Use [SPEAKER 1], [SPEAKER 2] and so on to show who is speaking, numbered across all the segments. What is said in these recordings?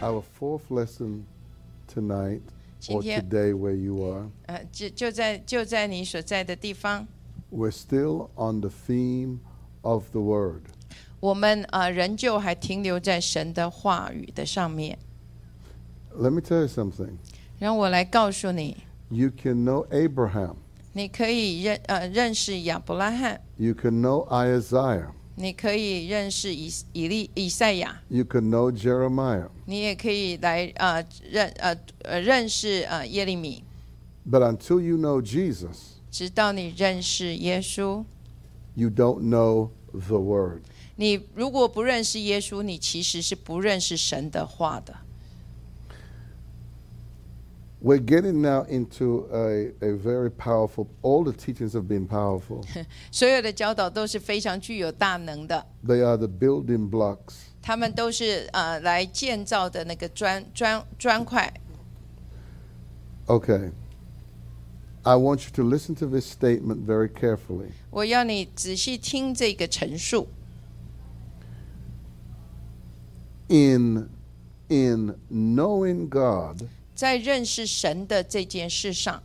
[SPEAKER 1] self lesson tonight or
[SPEAKER 2] 今天-
[SPEAKER 1] today where you are.
[SPEAKER 2] 呃，就就在就在你所在的地方，
[SPEAKER 1] We're still on the theme of the Word.
[SPEAKER 2] 我们呃仍旧还停留在神的话语的上面。
[SPEAKER 1] Let me tell you something.
[SPEAKER 2] 让我来告诉你，
[SPEAKER 1] You can know Abraham,
[SPEAKER 2] 你可以认呃认识亚伯拉罕，
[SPEAKER 1] you can know Isaiah,
[SPEAKER 2] 你可以认识以以利以赛亚，
[SPEAKER 1] you can know Jeremiah,
[SPEAKER 2] 你也可以来呃认呃呃认识呃耶利米，
[SPEAKER 1] but until you know Jesus,
[SPEAKER 2] 直到你认识耶稣。
[SPEAKER 1] you don't know the Word.
[SPEAKER 2] 你如果不认识耶稣，你其实是不认识神的话的。
[SPEAKER 1] We're getting now into a, a very powerful, all the teachings have been powerful.
[SPEAKER 2] 所有的教导都是非常具有大能的，
[SPEAKER 1] They are the building blocks.
[SPEAKER 2] 他们都是呃来建造的那个砖砖砖块。
[SPEAKER 1] Okay. I want you to listen to this statement very carefully.
[SPEAKER 2] 我要你仔细听这个陈述，
[SPEAKER 1] In in knowing God,
[SPEAKER 2] 在认识神的这件事上，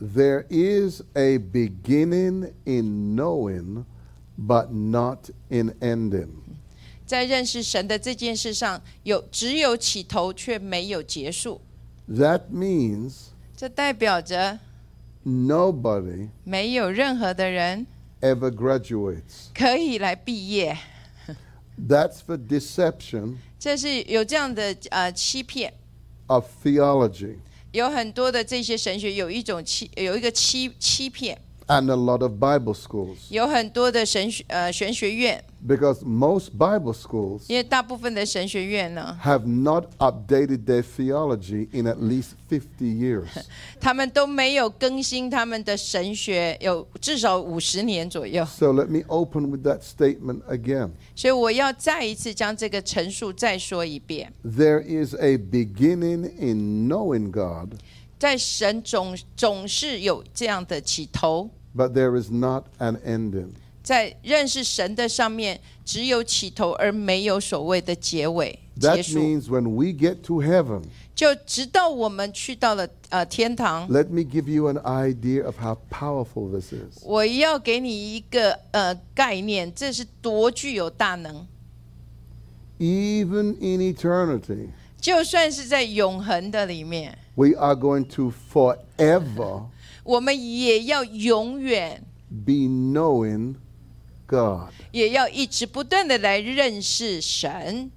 [SPEAKER 1] there is a beginning in knowing but not in ending.
[SPEAKER 2] 在认识神的这件事上，有只有起头却没有结束。
[SPEAKER 1] That means
[SPEAKER 2] 这代表着
[SPEAKER 1] nobody
[SPEAKER 2] 没有任何的人
[SPEAKER 1] ever graduates.
[SPEAKER 2] 可以来毕业，
[SPEAKER 1] That's the deception
[SPEAKER 2] 这是有这样的呃欺骗。
[SPEAKER 1] of theology
[SPEAKER 2] 有很多的这些神学有一种欺，有一个欺欺骗，
[SPEAKER 1] and a lot of Bible schools
[SPEAKER 2] 有很多的神学呃神学院，
[SPEAKER 1] because most Bible schools
[SPEAKER 2] 因为大部分的神学院呢，
[SPEAKER 1] have not updated their theology in at least 50 years.
[SPEAKER 2] 他们都没有更新他们的神学，有至少五十年左右。
[SPEAKER 1] so let me open with that statement again.
[SPEAKER 2] 所以我要再一次将这个陈述再说一遍，
[SPEAKER 1] There is a beginning in knowing God,
[SPEAKER 2] 在神总总是有这样的起头，
[SPEAKER 1] but there is not an ending.
[SPEAKER 2] 在认识神的上面只有起头而没有所谓的结尾结
[SPEAKER 1] That
[SPEAKER 2] 束，
[SPEAKER 1] means when we get to heaven,
[SPEAKER 2] 就直到我们去到了呃天堂。
[SPEAKER 1] let me give you an idea of how powerful this is.
[SPEAKER 2] 我要给你一个呃概念，这是多具有大能。
[SPEAKER 1] Even in eternity,
[SPEAKER 2] 就算是在永恒的里面，
[SPEAKER 1] we are going to forever
[SPEAKER 2] 我们也要永远，
[SPEAKER 1] be knowing God.
[SPEAKER 2] 也要一直不断的来认识神。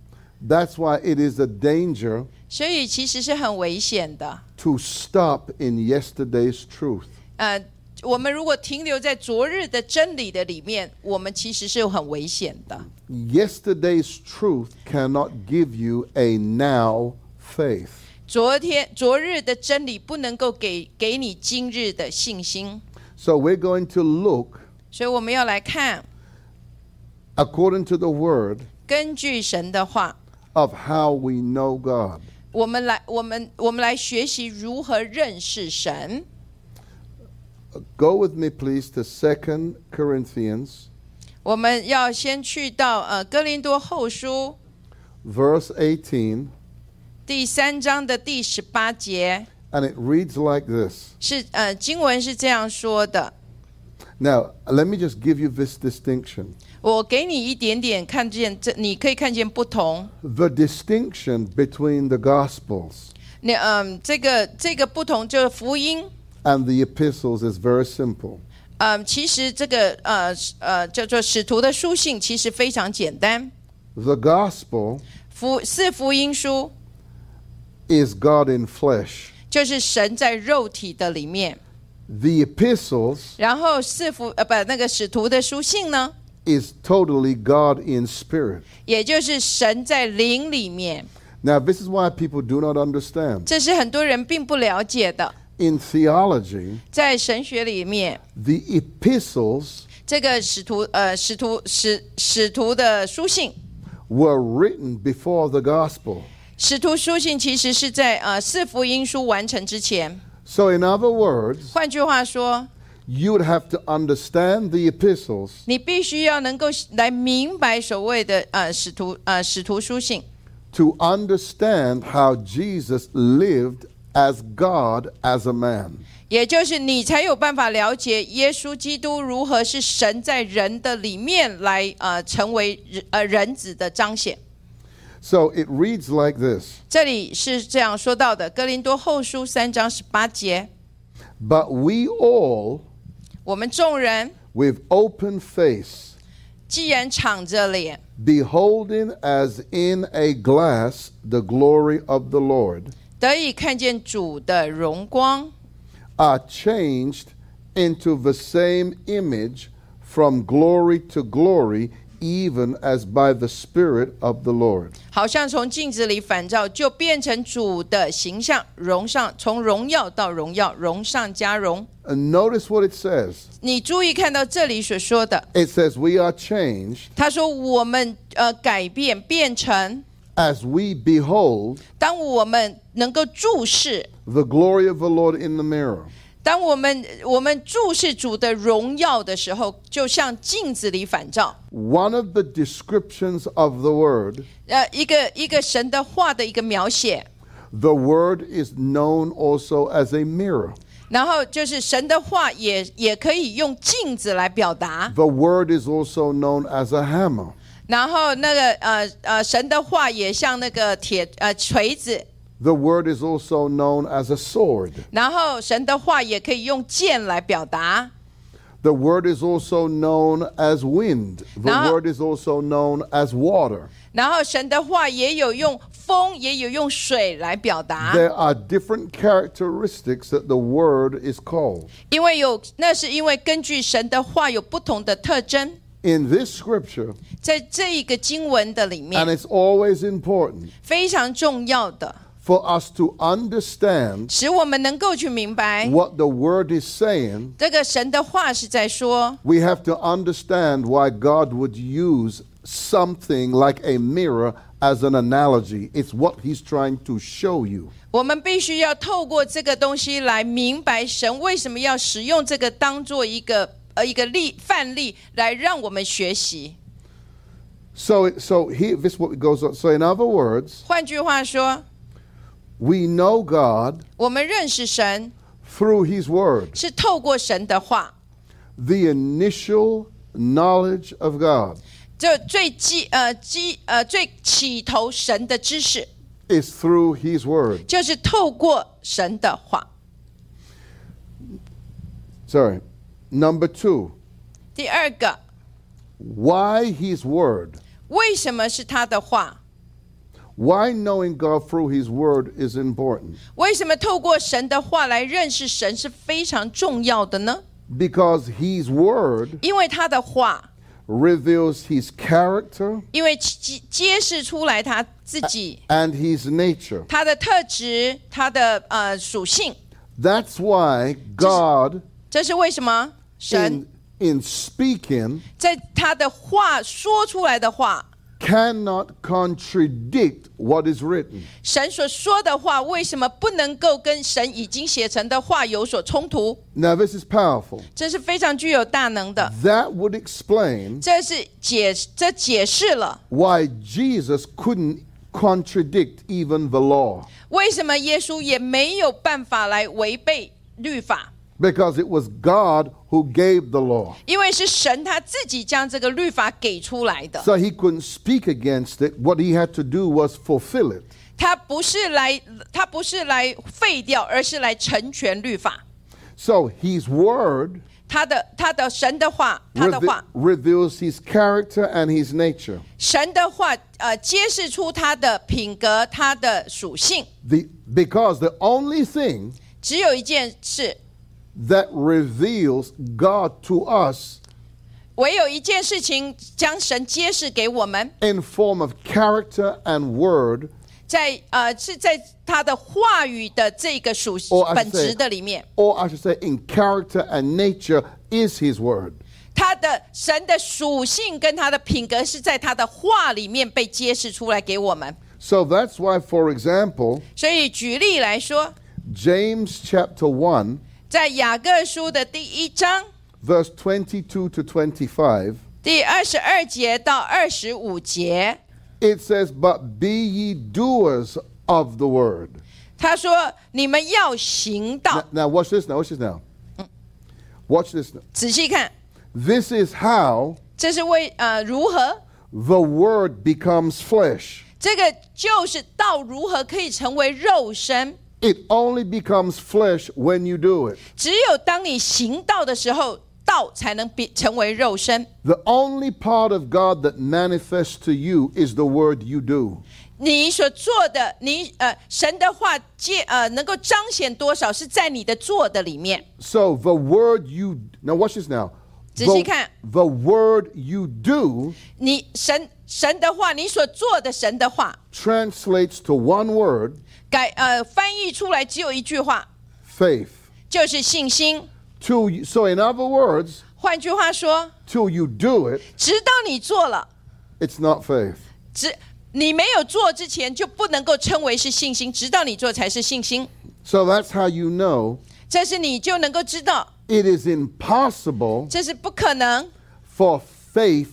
[SPEAKER 1] That's why it is a danger
[SPEAKER 2] 所以其实是很危险的。
[SPEAKER 1] to stop in yesterday's truth.
[SPEAKER 2] 呃，我们如果停留在昨日的真理的里面，我们其实是很危险的。
[SPEAKER 1] Yesterday's truth cannot give you a now faith.
[SPEAKER 2] 昨天、昨日的真理不能够给给你今日的信心，
[SPEAKER 1] So we're going to look
[SPEAKER 2] 所以我们要来看，
[SPEAKER 1] according to the word
[SPEAKER 2] 根据神的话，
[SPEAKER 1] of how we know God.
[SPEAKER 2] 我们来，我们我们来学习如何认识神。
[SPEAKER 1] Go with me please to 2 Corinthians
[SPEAKER 2] 我们要先去到呃哥林多后书
[SPEAKER 1] verse 18
[SPEAKER 2] 第三章的第十八节，
[SPEAKER 1] and it reads like this.
[SPEAKER 2] 是呃经文是这样说的。
[SPEAKER 1] Now, let me just give you this distinction.
[SPEAKER 2] 我给你一点点看见这，你可以看见不同。
[SPEAKER 1] The distinction between the gospels
[SPEAKER 2] 那嗯，这个这个不同就是福音。
[SPEAKER 1] and the epistles is very simple.
[SPEAKER 2] 嗯，其实这个呃呃叫做使徒的书信，其实非常简单。
[SPEAKER 1] The gospel
[SPEAKER 2] 福四福音书
[SPEAKER 1] is God in flesh.
[SPEAKER 2] 就是神在肉体的里面，
[SPEAKER 1] The epistles
[SPEAKER 2] 然后四福呃不那个使徒的书信呢，
[SPEAKER 1] is totally God in spirit.
[SPEAKER 2] 也就是神在灵里面，
[SPEAKER 1] Now, this is why people do not understand.
[SPEAKER 2] 这是很多人并不了解的。
[SPEAKER 1] In theology,
[SPEAKER 2] 在神学里面，
[SPEAKER 1] the epistles
[SPEAKER 2] 这个使徒呃使徒使使徒的书信，
[SPEAKER 1] were written before the gospel.
[SPEAKER 2] 使徒书信其实是在呃四福音书完成之前。
[SPEAKER 1] So, in other words,
[SPEAKER 2] 换句话说，
[SPEAKER 1] you would have to understand the epistles
[SPEAKER 2] 你必须要能够来明白所谓的呃使徒呃使徒书信，
[SPEAKER 1] to understand how Jesus lived as God, as a man.
[SPEAKER 2] 也就是你才有办法了解耶稣基督如何是神在人的里面来呃成为人呃人子的彰显。
[SPEAKER 1] So it reads like this
[SPEAKER 2] 这里是这样说到的，《哥林多后书》三章十八节，
[SPEAKER 1] But we all,
[SPEAKER 2] 我们众人
[SPEAKER 1] with open face,
[SPEAKER 2] 既然敞着脸，
[SPEAKER 1] beholding as in a glass the glory of the Lord,
[SPEAKER 2] 得以看见主的荣光，
[SPEAKER 1] are changed into the same image from glory to glory, even as by the Spirit of the Lord.
[SPEAKER 2] 好像从镜子里反照，就变成主的形象，荣上从荣耀到荣耀，荣上加荣。
[SPEAKER 1] And notice what it says
[SPEAKER 2] 你注意看到这里所说的，
[SPEAKER 1] it says, We are changed
[SPEAKER 2] 他说我们呃改变变成，
[SPEAKER 1] as we behold
[SPEAKER 2] 当我们能够注视，
[SPEAKER 1] the glory of the Lord in the mirror.
[SPEAKER 2] 当我们我们注视主的荣耀的时候，就像镜子里反照。
[SPEAKER 1] One of the descriptions of the Word,
[SPEAKER 2] 呃，一个一个神的话的一个描写，
[SPEAKER 1] the Word is known also as a mirror.
[SPEAKER 2] 然后就是神的话也也可以用镜子来表达，
[SPEAKER 1] The Word is also known as a hammer.
[SPEAKER 2] 然后那个呃呃，神的话也像那个铁呃锤子，
[SPEAKER 1] The Word is also known as a sword.
[SPEAKER 2] 然后神的话也可以用剑来表达，
[SPEAKER 1] The word is also known as wind. The
[SPEAKER 2] Now-
[SPEAKER 1] word is also known as water.
[SPEAKER 2] 然后神的话也有用风，也有用水来表达，
[SPEAKER 1] There are different characteristics that the word is called.
[SPEAKER 2] 因为有那是因为根据神的话有不同的特征，
[SPEAKER 1] In this scripture,
[SPEAKER 2] 在这一个经文的里
[SPEAKER 1] and
[SPEAKER 2] 面
[SPEAKER 1] it's always important
[SPEAKER 2] 非常重要的，
[SPEAKER 1] for us to understand
[SPEAKER 2] 使我们能够去明白
[SPEAKER 1] what the word is saying,
[SPEAKER 2] 这个神的话是在说，
[SPEAKER 1] we have to understand why God would use something like a mirror as an analogy. It's what he's trying to show you.
[SPEAKER 2] 我们必须要透过这个东西来明白神为什么要使用这个当做一个呃一个例范例来让我们学习。
[SPEAKER 1] So, it, so here, this is what goes on. So, in other words,
[SPEAKER 2] 换句话说，
[SPEAKER 1] we know God.
[SPEAKER 2] 我们认识神
[SPEAKER 1] through his word,
[SPEAKER 2] 是透过神的话，
[SPEAKER 1] the initial knowledge of God
[SPEAKER 2] 这最基呃基呃最起头神的知识，
[SPEAKER 1] is through his word.
[SPEAKER 2] 就是透过神的话。
[SPEAKER 1] Sorry. Number 2,
[SPEAKER 2] 第二个，
[SPEAKER 1] why his word?
[SPEAKER 2] 为什么是他的话？
[SPEAKER 1] Why knowing God through his word is important?
[SPEAKER 2] 为什么透过神的话来认识神是非常重要的呢？
[SPEAKER 1] Because his word
[SPEAKER 2] 因为他的话
[SPEAKER 1] reveals his character
[SPEAKER 2] 因为揭揭示出来他自己、
[SPEAKER 1] and his nature.
[SPEAKER 2] 他的特质、他的呃属性，
[SPEAKER 1] That's why God
[SPEAKER 2] 这是为什么？神
[SPEAKER 1] in, in speaking
[SPEAKER 2] 在他的话说出来的话，
[SPEAKER 1] cannot contradict what is written.
[SPEAKER 2] 神所说的话，为什么不能够跟神已经写成的话有所冲突？
[SPEAKER 1] Now this is powerful.
[SPEAKER 2] 这是非常具有大能的，
[SPEAKER 1] That would explain
[SPEAKER 2] 这是解这解释了
[SPEAKER 1] why Jesus couldn't contradict even the law
[SPEAKER 2] 为什么耶稣也没有办法来违背律法，
[SPEAKER 1] because it was God who gave the law.
[SPEAKER 2] 因为是神他自己将这个律法给出来的。
[SPEAKER 1] So he couldn't speak against it. What he had to do was fulfill it.
[SPEAKER 2] 他不是来，他不是来废掉，而是来成全律法。
[SPEAKER 1] So his word
[SPEAKER 2] 他的他的神的话，他的
[SPEAKER 1] reve-
[SPEAKER 2] 话，
[SPEAKER 1] reveals his character and his nature.
[SPEAKER 2] 神的话，呃，揭示出他的品格，他的属性。
[SPEAKER 1] The, because the only thing
[SPEAKER 2] 只有一件事，
[SPEAKER 1] that reveals God to us
[SPEAKER 2] 唯有一件事情将神揭示给我们，
[SPEAKER 1] in form of character and word
[SPEAKER 2] 在呃是在他的话语的这个属
[SPEAKER 1] Or Oh, I
[SPEAKER 2] 本
[SPEAKER 1] say-
[SPEAKER 2] 质的里面，
[SPEAKER 1] or I should say, in character and nature, is His Word.
[SPEAKER 2] 他的神的属性跟他的品格是在他的话里面被揭示出来给我们。
[SPEAKER 1] So that's why, for example,
[SPEAKER 2] 所以举例来说，
[SPEAKER 1] James chapter 1,
[SPEAKER 2] 在雅各书的第一章
[SPEAKER 1] verse 22 to 25,
[SPEAKER 2] 第二十二节到二十五节，
[SPEAKER 1] It says, But be ye doers of the word.
[SPEAKER 2] 他说：“你们要行
[SPEAKER 1] Now,
[SPEAKER 2] 道，
[SPEAKER 1] now watch this now. Watch this now. Watch this now.
[SPEAKER 2] 仔细看，
[SPEAKER 1] This is how
[SPEAKER 2] 这是为呃如何？
[SPEAKER 1] the word becomes flesh.
[SPEAKER 2] 这个就是道如何可以成为肉身。
[SPEAKER 1] It only becomes flesh when you do it.
[SPEAKER 2] 只有当你行道的时候，道才能变成为肉身。
[SPEAKER 1] The only part of God that manifests to you is the word you do.
[SPEAKER 2] 你所做的，你呃神的话借呃能够彰显多少，是在你的做的里面。
[SPEAKER 1] So the word you now watch this now. The,
[SPEAKER 2] 仔细看。
[SPEAKER 1] the word you do
[SPEAKER 2] 你神神的话，你所做的神的话，
[SPEAKER 1] translates to one word,
[SPEAKER 2] 改呃翻译出来只有一句话，
[SPEAKER 1] faith.
[SPEAKER 2] 就是信心。
[SPEAKER 1] Till so in other words,
[SPEAKER 2] 换句话说，
[SPEAKER 1] till you do it,
[SPEAKER 2] 直到你做了，
[SPEAKER 1] it's not faith.
[SPEAKER 2] 直你没有做之前就不能够称为是信心，直到你做才是信心。
[SPEAKER 1] So that's how you know
[SPEAKER 2] 这是你就能够知道，
[SPEAKER 1] it is impossible
[SPEAKER 2] 这是不可能，
[SPEAKER 1] for faith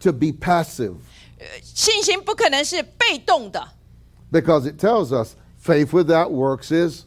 [SPEAKER 1] to be passive
[SPEAKER 2] 呃信心不可能是被动的，
[SPEAKER 1] because it tells us faith without works is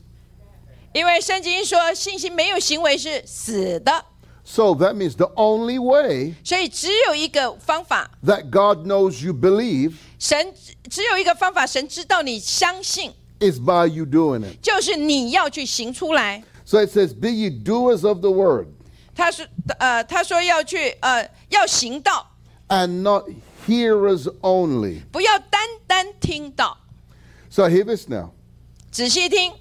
[SPEAKER 2] 因为圣经说信心没有行为是死的，
[SPEAKER 1] so that means the only way
[SPEAKER 2] 所以只有一个方法，
[SPEAKER 1] that God knows you believe
[SPEAKER 2] 神只有一个方法，神知道你相信，
[SPEAKER 1] is by you doing it.
[SPEAKER 2] 就是你要去行出来。
[SPEAKER 1] So it says, Be ye doers of the word
[SPEAKER 2] 他说，呃，他说要去，呃，要行道，
[SPEAKER 1] and not hearers only.
[SPEAKER 2] 不要单单听到，
[SPEAKER 1] So hear this now.
[SPEAKER 2] 仔细听，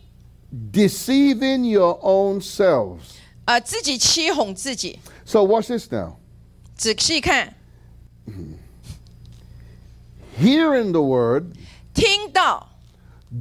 [SPEAKER 1] Deceiving your own selves.
[SPEAKER 2] 呃，自己欺哄自己，
[SPEAKER 1] So watch this now.
[SPEAKER 2] 仔细看，
[SPEAKER 1] Hearing the word
[SPEAKER 2] 听到，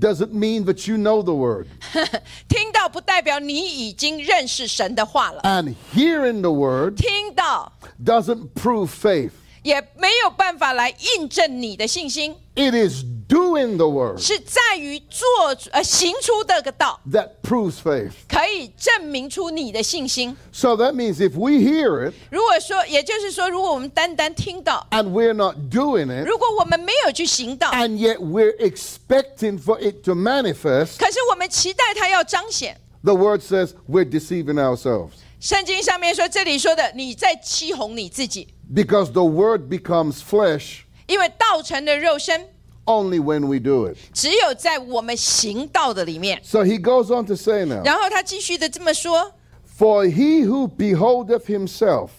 [SPEAKER 1] doesn't mean that you know the word.
[SPEAKER 2] 听到不代表你已经认识神的话了，
[SPEAKER 1] And hearing the word
[SPEAKER 2] 听到
[SPEAKER 1] doesn't prove faith.
[SPEAKER 2] 也没有办法来印证你的信心，
[SPEAKER 1] It is doing the word
[SPEAKER 2] 是在于做出呃行出这个道，
[SPEAKER 1] that proves faith.
[SPEAKER 2] 可以证明出你的信心。
[SPEAKER 1] So that means if we hear it
[SPEAKER 2] 如果说，也就是说，如果我们单单听到，
[SPEAKER 1] and we're not doing it,
[SPEAKER 2] 如果我们没有去行道，
[SPEAKER 1] and yet we're expecting for it to manifest,
[SPEAKER 2] 可是我们期待它要彰显。
[SPEAKER 1] the word says we're deceiving ourselves
[SPEAKER 2] 圣经上面说，这里说的你在欺哄你自己，
[SPEAKER 1] because the word becomes flesh
[SPEAKER 2] 因为道成的肉身
[SPEAKER 1] only when we do it.
[SPEAKER 2] 只有在我们行道的里面。
[SPEAKER 1] So he goes on to say now,
[SPEAKER 2] 然后他继续的这么说，
[SPEAKER 1] for he who beholdeth himself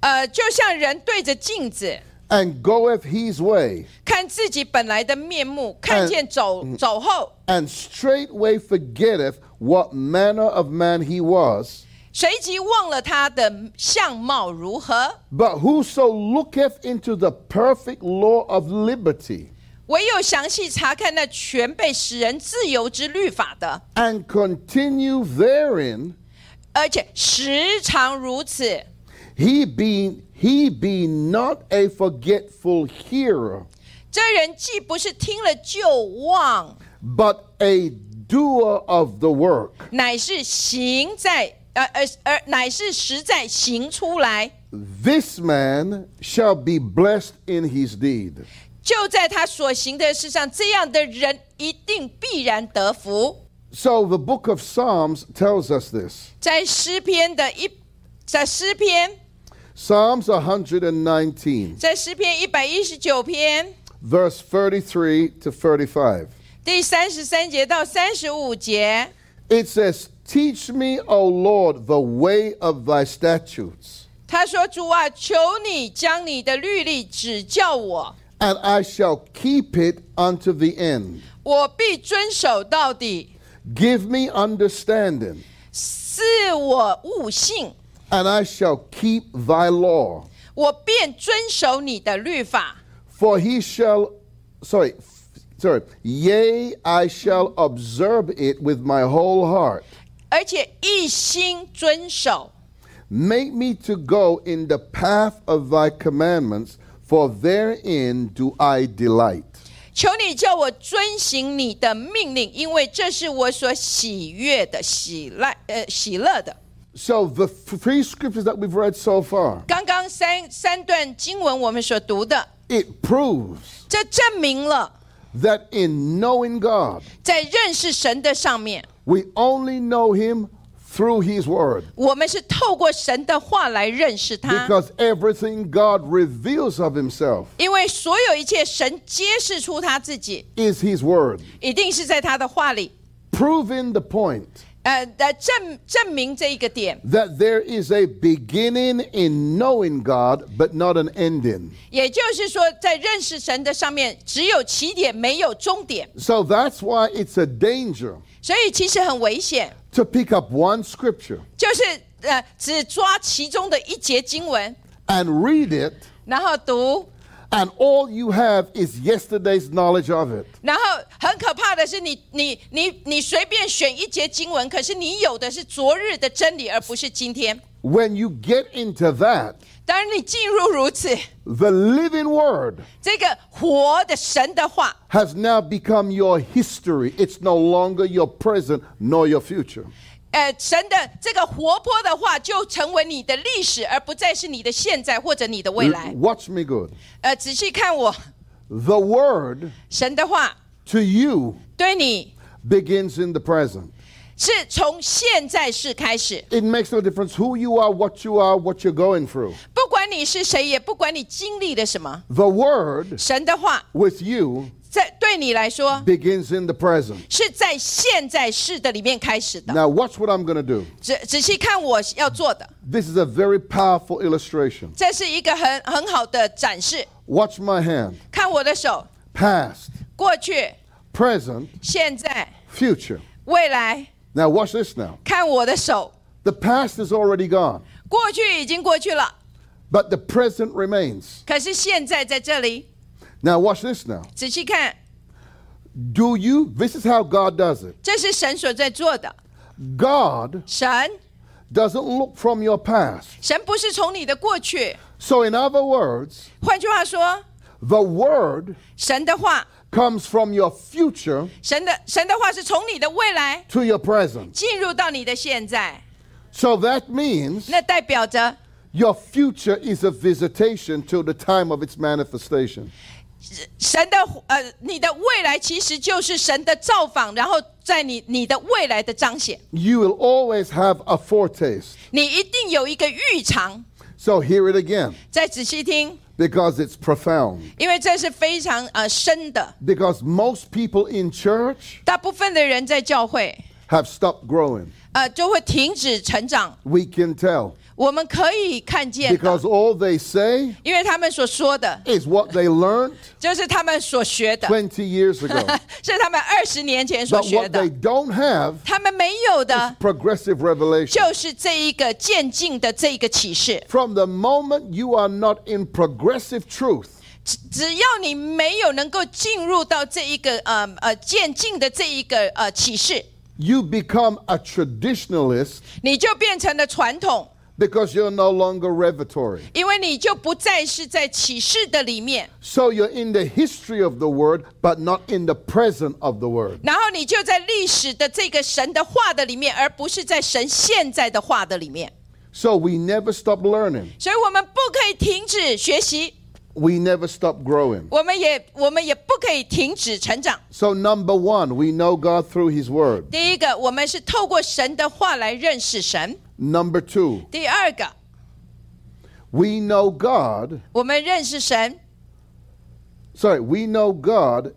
[SPEAKER 2] 呃，就像人对着镜子
[SPEAKER 1] and goeth his way
[SPEAKER 2] 看自己本来的面目，看见走走后，
[SPEAKER 1] and straightway forgetteth what manner of man he was,
[SPEAKER 2] 随即忘了他的相貌如何。
[SPEAKER 1] but whoso looketh into the perfect law of liberty
[SPEAKER 2] 唯有详细查看那全被使人自由之律法的，
[SPEAKER 1] and continue therein,
[SPEAKER 2] 而且时常如此，
[SPEAKER 1] He be he be not a forgetful hearer,
[SPEAKER 2] 这人既不是听了就忘，
[SPEAKER 1] but a doer of the work.
[SPEAKER 2] 乃是行在呃呃而乃是实在行出来，
[SPEAKER 1] This man shall be blessed in his deed.
[SPEAKER 2] 就在他所行的事上，这样的人一定必然得福。
[SPEAKER 1] So the book of Psalms tells us this.
[SPEAKER 2] 在诗篇的一在诗篇
[SPEAKER 1] Psalms 119,
[SPEAKER 2] 在诗篇一百一十九篇
[SPEAKER 1] verse 33 to 35.
[SPEAKER 2] 第三十三节到三十五节，
[SPEAKER 1] It says, Teach me, O Lord, the way of thy statutes,
[SPEAKER 2] 他说：“主啊，求你将你的律例指教我，
[SPEAKER 1] and I shall keep it unto the end.
[SPEAKER 2] 我必遵守到底，
[SPEAKER 1] Give me understanding.
[SPEAKER 2] 赐我悟性，
[SPEAKER 1] and I shall keep thy law.
[SPEAKER 2] 我便遵守你的律法。
[SPEAKER 1] For he shall, sorry, f- sorry, yea, I shall observe it with my whole heart.
[SPEAKER 2] 而且一心遵守。
[SPEAKER 1] Make me to go in the path of thy commandments, for therein do I delight.
[SPEAKER 2] 求你叫我遵行你的命令，因为这是我所喜悦的、喜赖呃喜乐的。
[SPEAKER 1] So the f- three scriptures that we've read so far
[SPEAKER 2] 刚刚三三段经文我们所读的，
[SPEAKER 1] It proves
[SPEAKER 2] 这证明了，
[SPEAKER 1] that in knowing God,
[SPEAKER 2] 在认识神的上面，
[SPEAKER 1] we only know Him through His Word.
[SPEAKER 2] 我们是透过神的话来认识他，
[SPEAKER 1] Because everything God reveals of Himself
[SPEAKER 2] 因为所有一切神揭示出他自己，
[SPEAKER 1] is His Word,
[SPEAKER 2] 一定是在他的话里，
[SPEAKER 1] proving the point
[SPEAKER 2] 呃的证证明这一个点，
[SPEAKER 1] that there is a beginning in knowing God, but not an ending.
[SPEAKER 2] 也就是说，在认识神的上面，只有起点没有终点，
[SPEAKER 1] So that's why it's a danger
[SPEAKER 2] 所以其实很危险，
[SPEAKER 1] to pick up one scripture
[SPEAKER 2] 就是呃只抓其中的一节经文，
[SPEAKER 1] and read it,
[SPEAKER 2] 然后读。
[SPEAKER 1] and all you have is yesterday's knowledge of it.
[SPEAKER 2] 然后很可怕的是你，你你你随便选一节经文，可是你有的是昨日的真理，而不是今天。
[SPEAKER 1] When you get into that,
[SPEAKER 2] 当然，你进入如此，
[SPEAKER 1] the living word
[SPEAKER 2] 这个活的神的话，
[SPEAKER 1] has now become your history. It's no longer your present nor your future.
[SPEAKER 2] 呃，神的这个活泼的话，就成为你的历史，而不再是你的现在或者你的未
[SPEAKER 1] L-
[SPEAKER 2] 来。
[SPEAKER 1] Watch me good.
[SPEAKER 2] 呃，仔细看我，
[SPEAKER 1] The word
[SPEAKER 2] 神的话
[SPEAKER 1] to you
[SPEAKER 2] 对你
[SPEAKER 1] begins in the present.
[SPEAKER 2] 是从现在式开始，
[SPEAKER 1] It makes no difference who you are, what you are, what you're going through.
[SPEAKER 2] 不管你是谁，也不管你经历了什么，
[SPEAKER 1] The word
[SPEAKER 2] 神的话
[SPEAKER 1] with you
[SPEAKER 2] 在对你来说
[SPEAKER 1] begins in the present.
[SPEAKER 2] 是在现在式的里面开始的。
[SPEAKER 1] Now, watch what I'm going to do.
[SPEAKER 2] 仔仔细看我要做的，
[SPEAKER 1] This is a very powerful illustration.
[SPEAKER 2] 这是一个很很好的展示。
[SPEAKER 1] Watch my hand.
[SPEAKER 2] 看我的手，
[SPEAKER 1] Past,
[SPEAKER 2] 过去、
[SPEAKER 1] present,
[SPEAKER 2] 现在、
[SPEAKER 1] future.
[SPEAKER 2] 未来。
[SPEAKER 1] Now, watch this now.
[SPEAKER 2] 看我的手，
[SPEAKER 1] The past is already gone,
[SPEAKER 2] 过去已经过去了，
[SPEAKER 1] but the present remains.
[SPEAKER 2] 可是现在在这里。
[SPEAKER 1] Now, watch this now.
[SPEAKER 2] 仔细看，
[SPEAKER 1] Do you, this is how God does it.
[SPEAKER 2] 这是神所在做的。
[SPEAKER 1] God
[SPEAKER 2] 神，
[SPEAKER 1] doesn't look from your past.
[SPEAKER 2] 神不是从你的过去。
[SPEAKER 1] So, in other words,
[SPEAKER 2] 换句话说，
[SPEAKER 1] the word
[SPEAKER 2] 神的话，
[SPEAKER 1] comes from your future
[SPEAKER 2] 神的神的话是从你的未来
[SPEAKER 1] to your present.
[SPEAKER 2] 进入到你的现在，
[SPEAKER 1] So that means
[SPEAKER 2] 那代表着
[SPEAKER 1] your future is a visitation till the time of its manifestation.
[SPEAKER 2] 神的呃，你的未来其实就是神的造访，然后在你你的未来的彰显，
[SPEAKER 1] You will always have a foretaste.
[SPEAKER 2] 你一定有一个预尝。
[SPEAKER 1] So hear it again
[SPEAKER 2] 再仔细听，
[SPEAKER 1] because it's profound.
[SPEAKER 2] 因为这是非常呃深的。
[SPEAKER 1] Because most people in church
[SPEAKER 2] 大部分的人在教会，
[SPEAKER 1] have stopped growing.
[SPEAKER 2] 呃，就会停止成长。
[SPEAKER 1] We can tell
[SPEAKER 2] 我们可以看见的，
[SPEAKER 1] because all they say
[SPEAKER 2] 因为他们所说的，
[SPEAKER 1] is what they learned
[SPEAKER 2] 就是他们所学的，
[SPEAKER 1] 20 years ago.
[SPEAKER 2] 是他们二十年前所
[SPEAKER 1] But
[SPEAKER 2] 学
[SPEAKER 1] what they
[SPEAKER 2] 的。
[SPEAKER 1] don't have
[SPEAKER 2] 他们没有
[SPEAKER 1] 嗯
[SPEAKER 2] 的，
[SPEAKER 1] progressive revelation.
[SPEAKER 2] 就是这一个渐进的这一个启示。
[SPEAKER 1] From the moment you are not in progressive truth,
[SPEAKER 2] 只只要你没有能够进入到这一个呃呃渐进的这一个呃启示，
[SPEAKER 1] you become a traditionalist
[SPEAKER 2] 你就变成了传统，
[SPEAKER 1] because you're no longer revelatory.
[SPEAKER 2] 因为你就不再是在启示的里面，
[SPEAKER 1] So you're in the history of the word, but not in the present of the word.
[SPEAKER 2] 然后你就在历史的这个神的话的里面，而不是在神现在的话的里面。
[SPEAKER 1] So we never stop learning.
[SPEAKER 2] 所以我们不可以停止学习，
[SPEAKER 1] We never stop growing.
[SPEAKER 2] 我们也我们也不可以停止成长。
[SPEAKER 1] So number one, we know God through His word.
[SPEAKER 2] 第一个，我们是透过神的话来认识神；
[SPEAKER 1] Number two,
[SPEAKER 2] 第二个，
[SPEAKER 1] we know God.
[SPEAKER 2] 我们认识神，
[SPEAKER 1] Sorry, we know God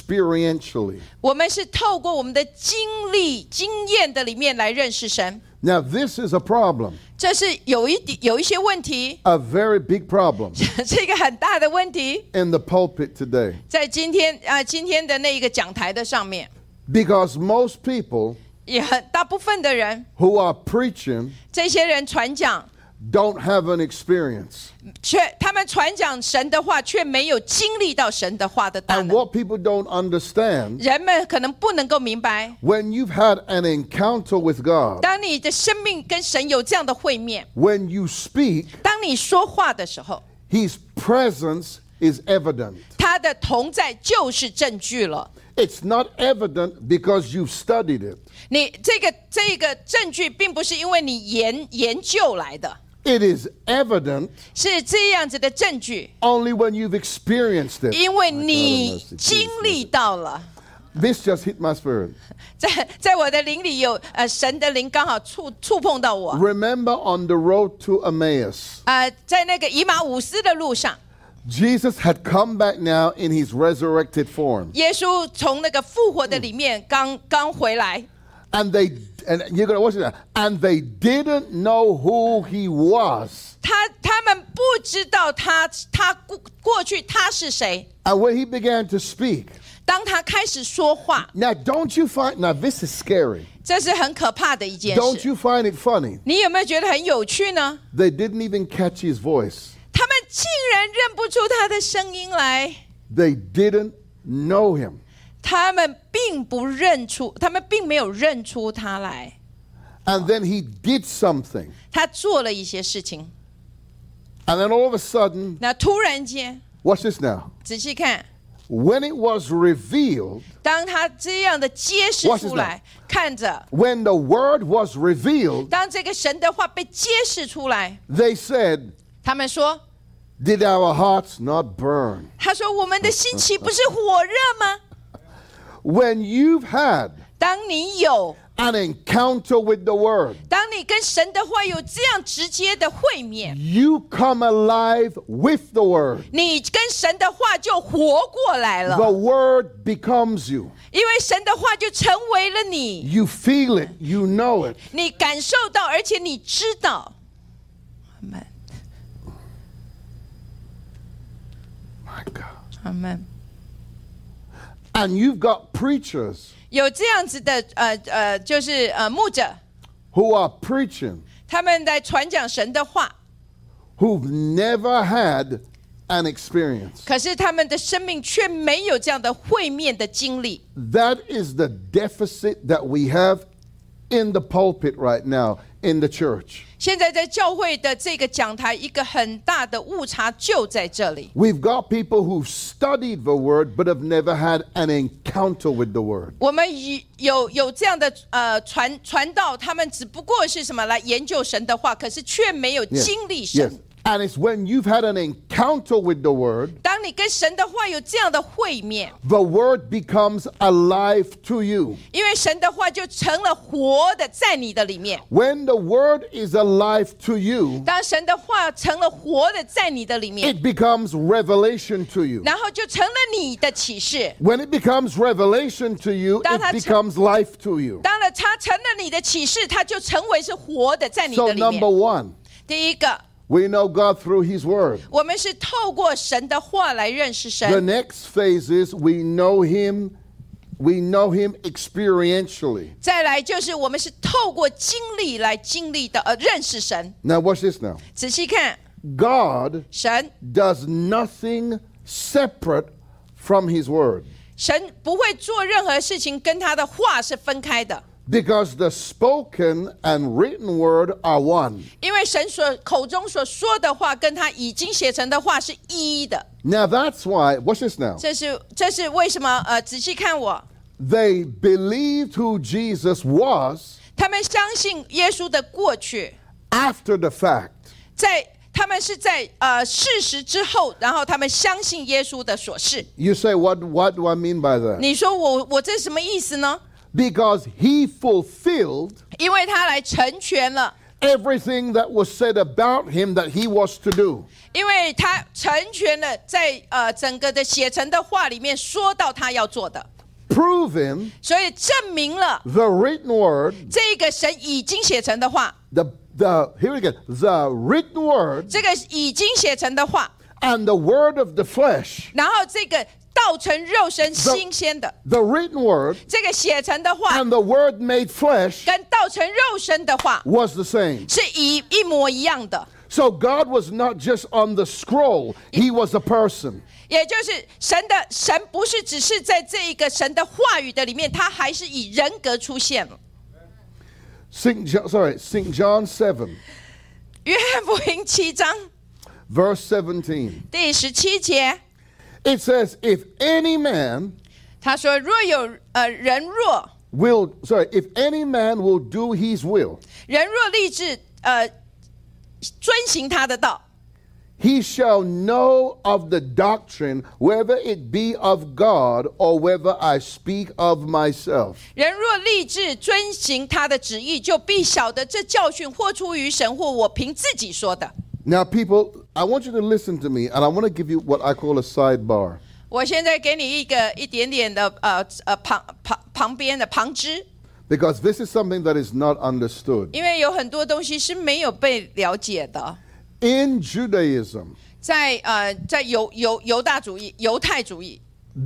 [SPEAKER 1] experientially.
[SPEAKER 2] 我们是透过我们的经历、经验的里面来认识神，
[SPEAKER 1] Now this is a problem,
[SPEAKER 2] 这是有一点有一些问题，
[SPEAKER 1] a very big problem
[SPEAKER 2] 是一个很大的问题，
[SPEAKER 1] in the pulpit today.
[SPEAKER 2] 在今天啊、今天的那一个讲台的上面，
[SPEAKER 1] Because most people
[SPEAKER 2] 也很大部分的人，
[SPEAKER 1] who are preaching
[SPEAKER 2] 这些人传讲，
[SPEAKER 1] don't have an experience.
[SPEAKER 2] 却他们传讲神的话，却没有经历到神的话的大
[SPEAKER 1] And
[SPEAKER 2] 能。
[SPEAKER 1] what people don't understand
[SPEAKER 2] 人们可能不能够明白，
[SPEAKER 1] when you've had an encounter with God,
[SPEAKER 2] 当你的生命跟神有这样的会面，
[SPEAKER 1] when you speak,
[SPEAKER 2] 当你说话的时候，
[SPEAKER 1] His presence is evident.
[SPEAKER 2] 他的同在就是证据了。
[SPEAKER 1] It's not evident because you've studied it.
[SPEAKER 2] 你这个这个证据，并不是因为你研研究来的，
[SPEAKER 1] It is evident
[SPEAKER 2] 是这样子的证据，
[SPEAKER 1] only when you've experienced it.
[SPEAKER 2] 因为
[SPEAKER 1] My
[SPEAKER 2] 你
[SPEAKER 1] God of mercy,
[SPEAKER 2] 经
[SPEAKER 1] Jesus
[SPEAKER 2] 历到了，
[SPEAKER 1] This just hit my spirit.
[SPEAKER 2] 在在我的灵里有呃神的灵刚好触触碰到我
[SPEAKER 1] Remember on the road to Emmaus,
[SPEAKER 2] 啊、呃在那个以马五斯的路上，
[SPEAKER 1] Jesus had come back now in his resurrected form.
[SPEAKER 2] 耶稣从那个复活的里面刚刚回来，
[SPEAKER 1] And they and you're gonna watch that. And they didn't know who he was.
[SPEAKER 2] 他他们不知道他他过过去他是谁。
[SPEAKER 1] And when he began to speak,
[SPEAKER 2] 当他开始说话，
[SPEAKER 1] now don't you find now this is scary.
[SPEAKER 2] 这是很可怕的一件
[SPEAKER 1] Don't
[SPEAKER 2] 事。
[SPEAKER 1] you find it funny?
[SPEAKER 2] 你有没有觉得很有趣呢？
[SPEAKER 1] They didn't even catch his voice.
[SPEAKER 2] 他们竟然认不出他的声音来，
[SPEAKER 1] They didn't know him.
[SPEAKER 2] 他们并不认出，他们并没有认出他来。
[SPEAKER 1] And then he did something.
[SPEAKER 2] 他做了一些事情，
[SPEAKER 1] And then all of a sudden,
[SPEAKER 2] 那突然间，
[SPEAKER 1] watch this now.
[SPEAKER 2] 仔细看，
[SPEAKER 1] When it was revealed,
[SPEAKER 2] 当他这样的揭示
[SPEAKER 1] Watch this
[SPEAKER 2] 出来，看着，
[SPEAKER 1] when the word was revealed,
[SPEAKER 2] 当这个神的话被揭示出来，
[SPEAKER 1] they said,
[SPEAKER 2] 他们说
[SPEAKER 1] Did our hearts not burn?：“
[SPEAKER 2] 他说我们的心情不是火热吗？
[SPEAKER 1] When you've had
[SPEAKER 2] 当你有，
[SPEAKER 1] an encounter with the word,
[SPEAKER 2] 当你跟神的话有这样直接的会面，
[SPEAKER 1] you come alive with the word.
[SPEAKER 2] 你跟神的话就活过来了。”
[SPEAKER 1] The word becomes you.
[SPEAKER 2] 因为神的话就成为了你，
[SPEAKER 1] You feel it, you know it.
[SPEAKER 2] 你感受到，而且你知道。阿门，
[SPEAKER 1] My God.
[SPEAKER 2] 阿门。
[SPEAKER 1] And you've got preachers
[SPEAKER 2] 有这样子的呃呃，就是呃牧者，
[SPEAKER 1] who are preaching
[SPEAKER 2] 他们在传讲神的话，
[SPEAKER 1] who've never had an experience.
[SPEAKER 2] 可是他们的生命却没有这样的会面的经历。
[SPEAKER 1] That is the deficit that we have in the pulpit right now in the church.
[SPEAKER 2] 现在在教会的这个讲台，一个很大的误差就在这里。
[SPEAKER 1] We've got people who've studied the word but have never had an encounter with the word.
[SPEAKER 2] 我们以有有这样的呃传传道，他们只不过是什么来研究神的话，可是却没有
[SPEAKER 1] Yes.
[SPEAKER 2] 经历神。
[SPEAKER 1] yes. And it's when you've had an encounter with the word,
[SPEAKER 2] 当你跟神的话有这样的会面，
[SPEAKER 1] the word becomes alive to you.
[SPEAKER 2] 因为神的话就成了活的在你的里面。
[SPEAKER 1] When the word is alive to you,
[SPEAKER 2] 当神的话成了活的在你的里面，
[SPEAKER 1] it becomes revelation to you.
[SPEAKER 2] 然后就成了你的启示。
[SPEAKER 1] When it becomes revelation to you, it
[SPEAKER 2] That's-
[SPEAKER 1] becomes life to you.
[SPEAKER 2] 当了它成了你的启示，它就成为是活的在你
[SPEAKER 1] So,
[SPEAKER 2] 的里
[SPEAKER 1] number
[SPEAKER 2] 面。
[SPEAKER 1] one,
[SPEAKER 2] 第一个，
[SPEAKER 1] we know God through His Word.
[SPEAKER 2] 我们是透过神的话来认识
[SPEAKER 1] The
[SPEAKER 2] 神。
[SPEAKER 1] next phase is we know Him, we know Him experientially.
[SPEAKER 2] 再来就是我们是透过经历来经历的，呃，认识神。
[SPEAKER 1] Now, watch this now.
[SPEAKER 2] 仔细看，
[SPEAKER 1] God
[SPEAKER 2] 神
[SPEAKER 1] does nothing separate from His Word
[SPEAKER 2] 神不会做任何事情跟他的话是分开的。
[SPEAKER 1] because the spoken and written Word are one.
[SPEAKER 2] 因为神所口中所说的话，跟他已经写成的话是一一的。
[SPEAKER 1] Now, that's why, watch this now.
[SPEAKER 2] 这是这是为什么？呃，仔细看我，
[SPEAKER 1] They believed who Jesus was
[SPEAKER 2] 他们相信耶稣的过去，
[SPEAKER 1] after the fact.
[SPEAKER 2] 在他们是在呃事实之后，然后他们相信耶稣的所是。
[SPEAKER 1] You say, what, what do I mean by that?
[SPEAKER 2] 你说我我这什么意思呢？
[SPEAKER 1] Because he fulfilled
[SPEAKER 2] 因为他来成全了，
[SPEAKER 1] everything that was said about him that he was to do.
[SPEAKER 2] 因为他成全了在呃整个的写成的话里面说到他要做的，
[SPEAKER 1] Proving
[SPEAKER 2] 所以证明了
[SPEAKER 1] the written word,
[SPEAKER 2] 这个神已经写成的话，
[SPEAKER 1] the, the here we go, the written word
[SPEAKER 2] 这个已经写成的话。
[SPEAKER 1] and the word of the flesh.
[SPEAKER 2] 然后这个道成肉身新鲜的，
[SPEAKER 1] The written word
[SPEAKER 2] 这个写成的话
[SPEAKER 1] and the word made flesh
[SPEAKER 2] 跟道成肉身的话
[SPEAKER 1] was the same.
[SPEAKER 2] 是一一模一样的，
[SPEAKER 1] So God was not just on the scroll, he was a person.
[SPEAKER 2] 也就是神的神不是只是在这一个神的话语的里面，他还是以人格出现了。
[SPEAKER 1] St. John, sorry, St. John 7,
[SPEAKER 2] 约翰福音七章
[SPEAKER 1] verse 17.
[SPEAKER 2] 第十七节，
[SPEAKER 1] It says, if any man
[SPEAKER 2] 他说：“若有呃人若
[SPEAKER 1] will sorry if any man will do his will
[SPEAKER 2] 人若立志呃遵行他的道。
[SPEAKER 1] He shall know of the doctrine, whether it be of God or whether I speak of myself.
[SPEAKER 2] 人若立志遵行他的旨意，就必晓得这教训或出于神，或我凭自己说的。
[SPEAKER 1] Now, people, I want you to listen to me, and I want to give you what I call a sidebar.
[SPEAKER 2] 我现在给你一个一点点的呃呃旁旁旁边的旁支，
[SPEAKER 1] Because this is something that is not understood.
[SPEAKER 2] 因为有很多东西是没有被了解的，
[SPEAKER 1] In Judaism,
[SPEAKER 2] 在呃在犹犹犹大主义、犹太主义，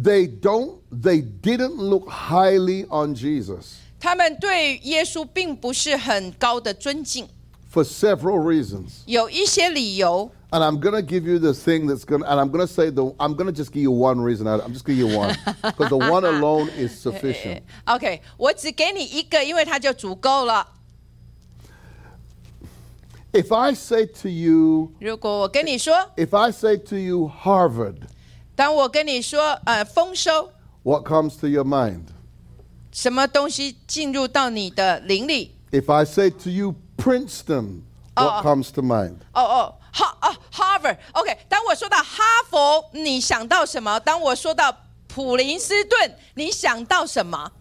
[SPEAKER 1] they don't they didn't look highly on Jesus
[SPEAKER 2] 他们对耶稣并不是很高的尊敬，
[SPEAKER 1] for several reasons.
[SPEAKER 2] 有一些理由。
[SPEAKER 1] And I'm gonna give you the thing that's gonna and I'm gonna say the I'm gonna just give you one reason. I- I'm just gonna give you one. Because the one alone is sufficient.
[SPEAKER 2] 呃 OK，我只给你一个，因为它就足够了。
[SPEAKER 1] If I say to you
[SPEAKER 2] 如果我跟你说，
[SPEAKER 1] if I say to you Harvard,
[SPEAKER 2] 当我跟你说呃丰收，
[SPEAKER 1] what comes to your mind?
[SPEAKER 2] 什么东西进入到你的灵里？
[SPEAKER 1] If I say to you Princeton, what
[SPEAKER 2] Uh-uh.
[SPEAKER 1] comes to mind?
[SPEAKER 2] 哦哦，哈哦，Harvard，OK、当我说到哈佛，你想到什么？当我说到普林斯顿，你想到什么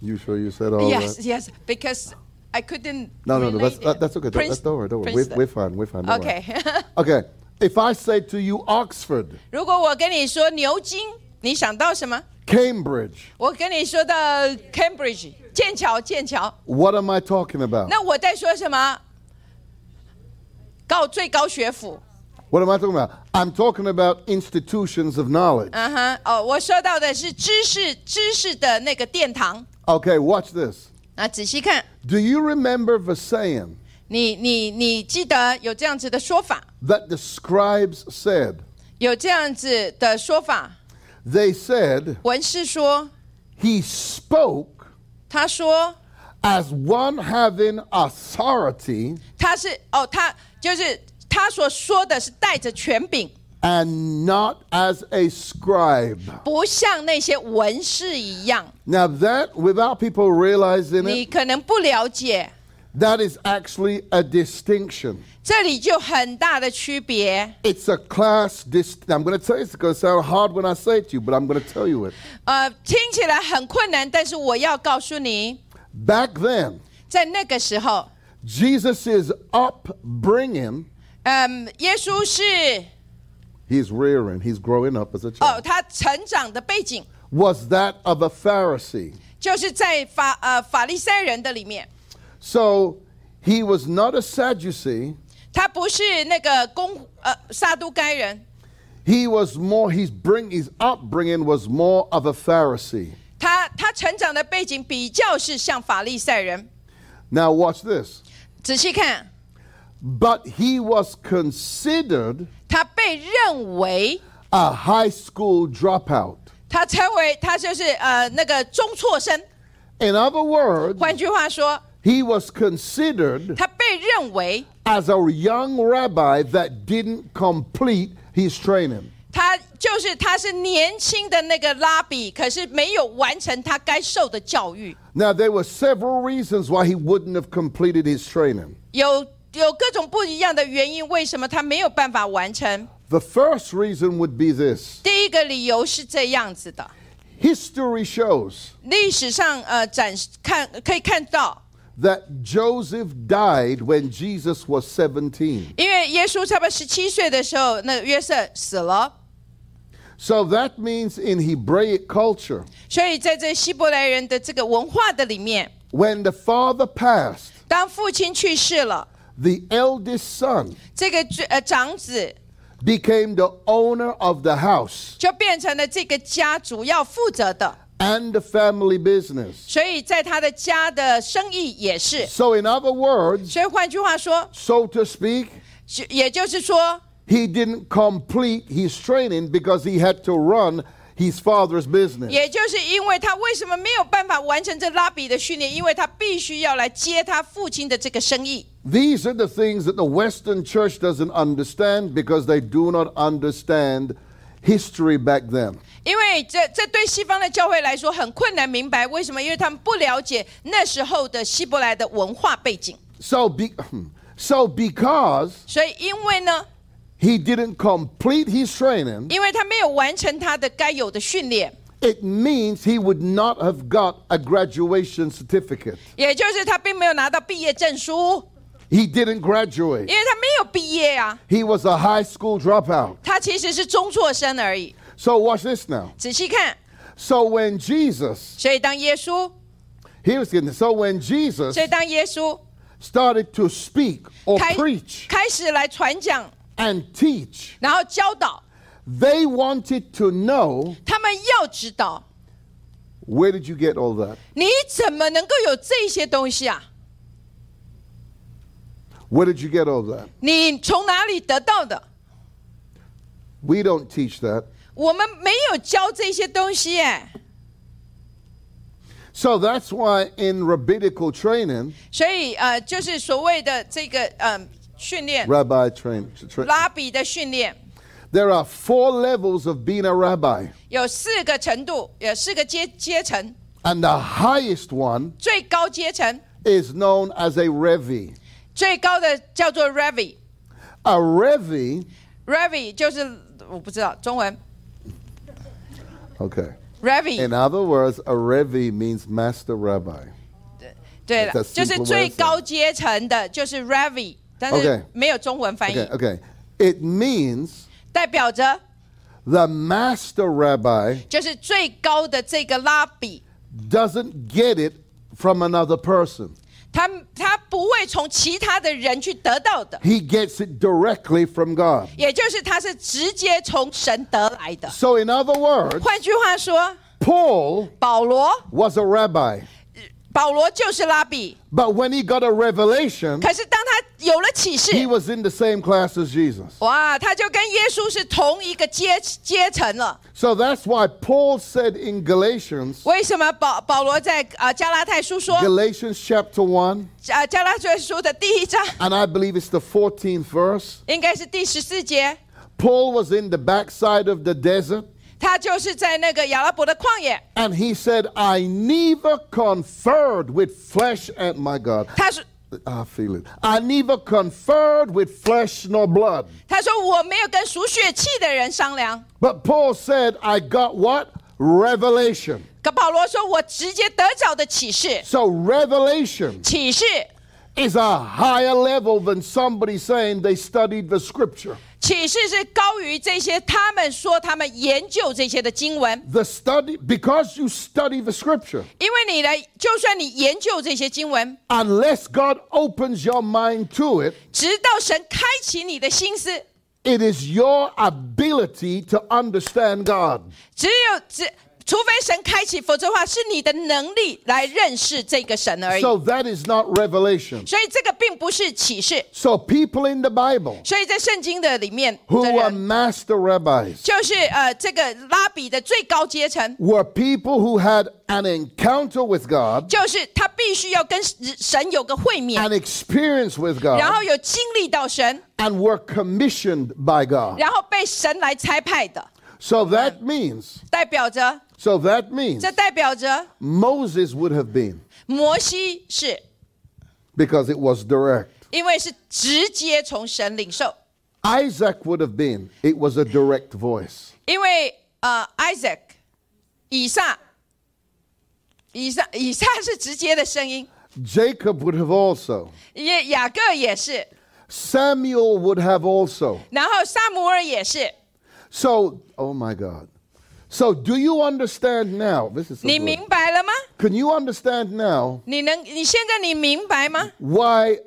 [SPEAKER 1] You sure you said all
[SPEAKER 2] yes,
[SPEAKER 1] that?
[SPEAKER 2] yes, because I couldn't.
[SPEAKER 1] Oh, No, no, no. That's
[SPEAKER 2] relate
[SPEAKER 1] that,
[SPEAKER 2] it.
[SPEAKER 1] that's okay. Don't,
[SPEAKER 2] Prince-
[SPEAKER 1] don't worry. Don't worry. We're,
[SPEAKER 2] Princeton.
[SPEAKER 1] we're fine. We're fine. don't worry.
[SPEAKER 2] Okay.
[SPEAKER 1] okay. If I say to you Oxford,
[SPEAKER 2] 如果我跟你说牛津，你想到什么？
[SPEAKER 1] Cambridge,
[SPEAKER 2] 我跟你说到 Cambridge，剑桥，剑桥。
[SPEAKER 1] what am I talking about?
[SPEAKER 2] 那我在说什么？高最高学府。
[SPEAKER 1] What am I talking about? I'm talking about institutions of knowledge.
[SPEAKER 2] 嗯哼，哦，我说到的是知识，知识的那个殿堂。
[SPEAKER 1] Okay, watch this.
[SPEAKER 2] 啊，仔细看，
[SPEAKER 1] Do you remember the saying
[SPEAKER 2] 你你你记得有这样子的说法，
[SPEAKER 1] that the scribes said?
[SPEAKER 2] 有这样子的说法。
[SPEAKER 1] They said
[SPEAKER 2] 文士说，
[SPEAKER 1] he spoke
[SPEAKER 2] 他说
[SPEAKER 1] as one having authority
[SPEAKER 2] 他是哦，他就是他所说的是带着权柄，
[SPEAKER 1] and not as a scribe.
[SPEAKER 2] 不像那些文士一样。
[SPEAKER 1] Now that, without people realizing it,
[SPEAKER 2] 你可能不了解，
[SPEAKER 1] That is actually a distinction.
[SPEAKER 2] 这里就很大的区别。
[SPEAKER 1] It's a class dis. I'm going to tell you, it's going to sound hard when I say it to you, but I'm going to tell you it.
[SPEAKER 2] 呃，听起来很困难，但是我要告诉你，
[SPEAKER 1] Back then,
[SPEAKER 2] 在那个时候，
[SPEAKER 1] Jesus' upbringing,
[SPEAKER 2] 嗯，耶稣是
[SPEAKER 1] he's rearing, he's growing up as a child,
[SPEAKER 2] 哦，他成长的背景
[SPEAKER 1] was that of a Pharisee.
[SPEAKER 2] 就是在法呃法利赛人的里面，
[SPEAKER 1] So he was not a Sadducee.
[SPEAKER 2] 他不是那个公呃撒都该人，
[SPEAKER 1] He was more, he's bring, his upbringing was more of a Pharisee.
[SPEAKER 2] 他他成长的背景比较是像法利赛人。
[SPEAKER 1] Now, watch this.
[SPEAKER 2] 仔细看，
[SPEAKER 1] But he was considered
[SPEAKER 2] 他被认为
[SPEAKER 1] a high school dropout.
[SPEAKER 2] 他成为他就是呃那个中辍生，
[SPEAKER 1] In other words,
[SPEAKER 2] 换句话说，
[SPEAKER 1] he was considered
[SPEAKER 2] 他被认为
[SPEAKER 1] as a young rabbi that didn't complete his training.
[SPEAKER 2] 他就是他是年轻的那个拉比，可是没有完成他该受的教育，
[SPEAKER 1] Now, there were several reasons why he wouldn't have completed his training.
[SPEAKER 2] 有有各种不一样的原因，为什么他没有办法完成？
[SPEAKER 1] The first reason would be this
[SPEAKER 2] 第一个理由是这样子的，
[SPEAKER 1] history shows
[SPEAKER 2] 历史上呃展示看可以看到，
[SPEAKER 1] that Joseph died when Jesus was 17.
[SPEAKER 2] 因为耶稣差不多十七岁的时候，那个约瑟死了，
[SPEAKER 1] So that means in Hebraic culture,
[SPEAKER 2] 所以在这希伯来人的这个文化的里面，
[SPEAKER 1] when the father passed,
[SPEAKER 2] 当父亲去世了，
[SPEAKER 1] the eldest son
[SPEAKER 2] 这个最呃长子
[SPEAKER 1] became the owner of the house.
[SPEAKER 2] 就变成了这个家主要负责的。
[SPEAKER 1] and the family business.
[SPEAKER 2] 所以在他的家的生意也是。
[SPEAKER 1] So, in other words,
[SPEAKER 2] 所以换句话说，
[SPEAKER 1] so to speak,
[SPEAKER 2] 是也就是说，
[SPEAKER 1] he didn't complete his training because he had to run his father's business.
[SPEAKER 2] 也就是因为他为什么没有办法完成这拉比的训练，因为他必须要来接他父亲的这个生意。
[SPEAKER 1] These are the things that the Western church doesn't understand because they do not understand history back then.
[SPEAKER 2] 因为这这对西方的教会来说很困难明白为什么，因为他们不了解那时候的希伯来的文化背景。
[SPEAKER 1] So, be, So, because
[SPEAKER 2] 所以因为呢，
[SPEAKER 1] he didn't complete his training,
[SPEAKER 2] 因为他没有完成他的该有的训练，
[SPEAKER 1] it means he would not have got a graduation certificate.
[SPEAKER 2] 也就是他并没有拿到毕业证书，
[SPEAKER 1] He didn't
[SPEAKER 2] 因
[SPEAKER 1] graduate.
[SPEAKER 2] 为他没有毕业啊，
[SPEAKER 1] He was a high school dropout.
[SPEAKER 2] 他其实是中辍生而已。
[SPEAKER 1] So, watch this now.
[SPEAKER 2] 仔细看，
[SPEAKER 1] So, when Jesus,
[SPEAKER 2] 所以当耶稣，
[SPEAKER 1] he was getting, so when Jesus
[SPEAKER 2] 所以当耶稣
[SPEAKER 1] started to speak or
[SPEAKER 2] 开
[SPEAKER 1] preach
[SPEAKER 2] 开始来传讲，
[SPEAKER 1] and teach,
[SPEAKER 2] 然后教导，
[SPEAKER 1] they wanted to know
[SPEAKER 2] 他们要知道
[SPEAKER 1] where did you get all that?
[SPEAKER 2] 你怎么能够有这些东西啊？
[SPEAKER 1] Where did you get all that?
[SPEAKER 2] 你从哪里得到的？
[SPEAKER 1] We don't teach that.
[SPEAKER 2] 我们没有教这些东西哎，
[SPEAKER 1] So that's why in rabbinical training,
[SPEAKER 2] 所以呃，就是所谓的这个嗯、训练，
[SPEAKER 1] rabbi train, tra-
[SPEAKER 2] 拉比的训练
[SPEAKER 1] there are four levels of being a rabbi,
[SPEAKER 2] 有四个程度，有四个阶阶层，
[SPEAKER 1] and the highest one
[SPEAKER 2] 最高阶层
[SPEAKER 1] is known as a revi.
[SPEAKER 2] 最高的叫做 Ravi，Ravi
[SPEAKER 1] A revi,
[SPEAKER 2] 就是我不知道中文
[SPEAKER 1] okay. In
[SPEAKER 2] Ravi，
[SPEAKER 1] other words, a revi means master rabbi.
[SPEAKER 2] 对了
[SPEAKER 1] It's a，simple
[SPEAKER 2] 就是最高阶层的，就是 Ravi，但是
[SPEAKER 1] Okay
[SPEAKER 2] 没有中文翻译
[SPEAKER 1] Okay, okay. It means
[SPEAKER 2] 代表着
[SPEAKER 1] the master rabbi
[SPEAKER 2] 就是最高的这个拉比，
[SPEAKER 1] doesn't get it from another person.
[SPEAKER 2] 他他不会从其他的人去得到的，
[SPEAKER 1] He gets it directly from God.
[SPEAKER 2] 也就是他是直接从神得来的。
[SPEAKER 1] So, in other words,
[SPEAKER 2] 换句话说，
[SPEAKER 1] Paul
[SPEAKER 2] 保罗，
[SPEAKER 1] was a rabbi,
[SPEAKER 2] 保罗就是拉比，
[SPEAKER 1] but when he got a revelation,
[SPEAKER 2] 可是当他有了启示
[SPEAKER 1] he，was in the same class as Jesus.
[SPEAKER 2] 哇，他就跟耶稣是同一个阶阶层了。
[SPEAKER 1] So that's why Paul said in Galatians,
[SPEAKER 2] 为什么保保罗在啊、呃加拉太书说，
[SPEAKER 1] Galatians chapter 1,
[SPEAKER 2] 啊、加拉太书的第一章
[SPEAKER 1] and I believe it's the 14th verse,
[SPEAKER 2] 应该是第十四节，
[SPEAKER 1] Paul was in the backside of the desert,
[SPEAKER 2] 他就是在那个亚拉伯的旷野，
[SPEAKER 1] and he said, I neither conferred with flesh and my God.
[SPEAKER 2] 他说。
[SPEAKER 1] I feel it. I neither conferred with flesh nor blood.
[SPEAKER 2] 他说：“我没有跟属血气的人商量。
[SPEAKER 1] But Paul said, I got what? Revelation. ”
[SPEAKER 2] 可保罗说：“我直接得着的启示，
[SPEAKER 1] So revelation
[SPEAKER 2] 启示，
[SPEAKER 1] is a higher level than somebody saying they studied the scripture.
[SPEAKER 2] 启示是高于这些他们说他们研究这些的经文，
[SPEAKER 1] The study because you study the scripture,
[SPEAKER 2] 因为你来，就算你研究这些经文，
[SPEAKER 1] unless God opens your mind to it,
[SPEAKER 2] 直到神开启你的心思，
[SPEAKER 1] it is your ability to understand God.
[SPEAKER 2] 只有只，除非神开启，否则的话是你的能力来认识这个神而已。
[SPEAKER 1] So that is not revelation.
[SPEAKER 2] 所以这个并不是启示。
[SPEAKER 1] So people in the Bible
[SPEAKER 2] 所以在圣经的里面的
[SPEAKER 1] who were
[SPEAKER 2] 人，
[SPEAKER 1] master rabbis
[SPEAKER 2] 就是呃这个拉比的最高阶层。”
[SPEAKER 1] were people who had an encounter with God,
[SPEAKER 2] 就是他必须要跟神有个会面，
[SPEAKER 1] an experience with
[SPEAKER 2] 然
[SPEAKER 1] God,
[SPEAKER 2] 后有经历到神，
[SPEAKER 1] and were commissioned by God.
[SPEAKER 2] 然后被神来差派的，
[SPEAKER 1] So that means,
[SPEAKER 2] 代表着
[SPEAKER 1] so that means
[SPEAKER 2] 这代表着
[SPEAKER 1] Moses would have been
[SPEAKER 2] 摩西是
[SPEAKER 1] because it was direct.
[SPEAKER 2] 因为是直接从神领受，
[SPEAKER 1] Isaac would have been, it was a direct voice.
[SPEAKER 2] 因为呃 Isaac 以撒以撒以撒是直接的声音，
[SPEAKER 1] Jacob would have also.
[SPEAKER 2] 也雅各也是，
[SPEAKER 1] Samuel would have also.
[SPEAKER 2] 然后萨姆尔也是，
[SPEAKER 1] So, oh my God. So, do you understand now? This is so
[SPEAKER 2] 你
[SPEAKER 1] good.
[SPEAKER 2] 明白了吗？
[SPEAKER 1] Can you understand now
[SPEAKER 2] 你能你现在你明白吗？
[SPEAKER 1] why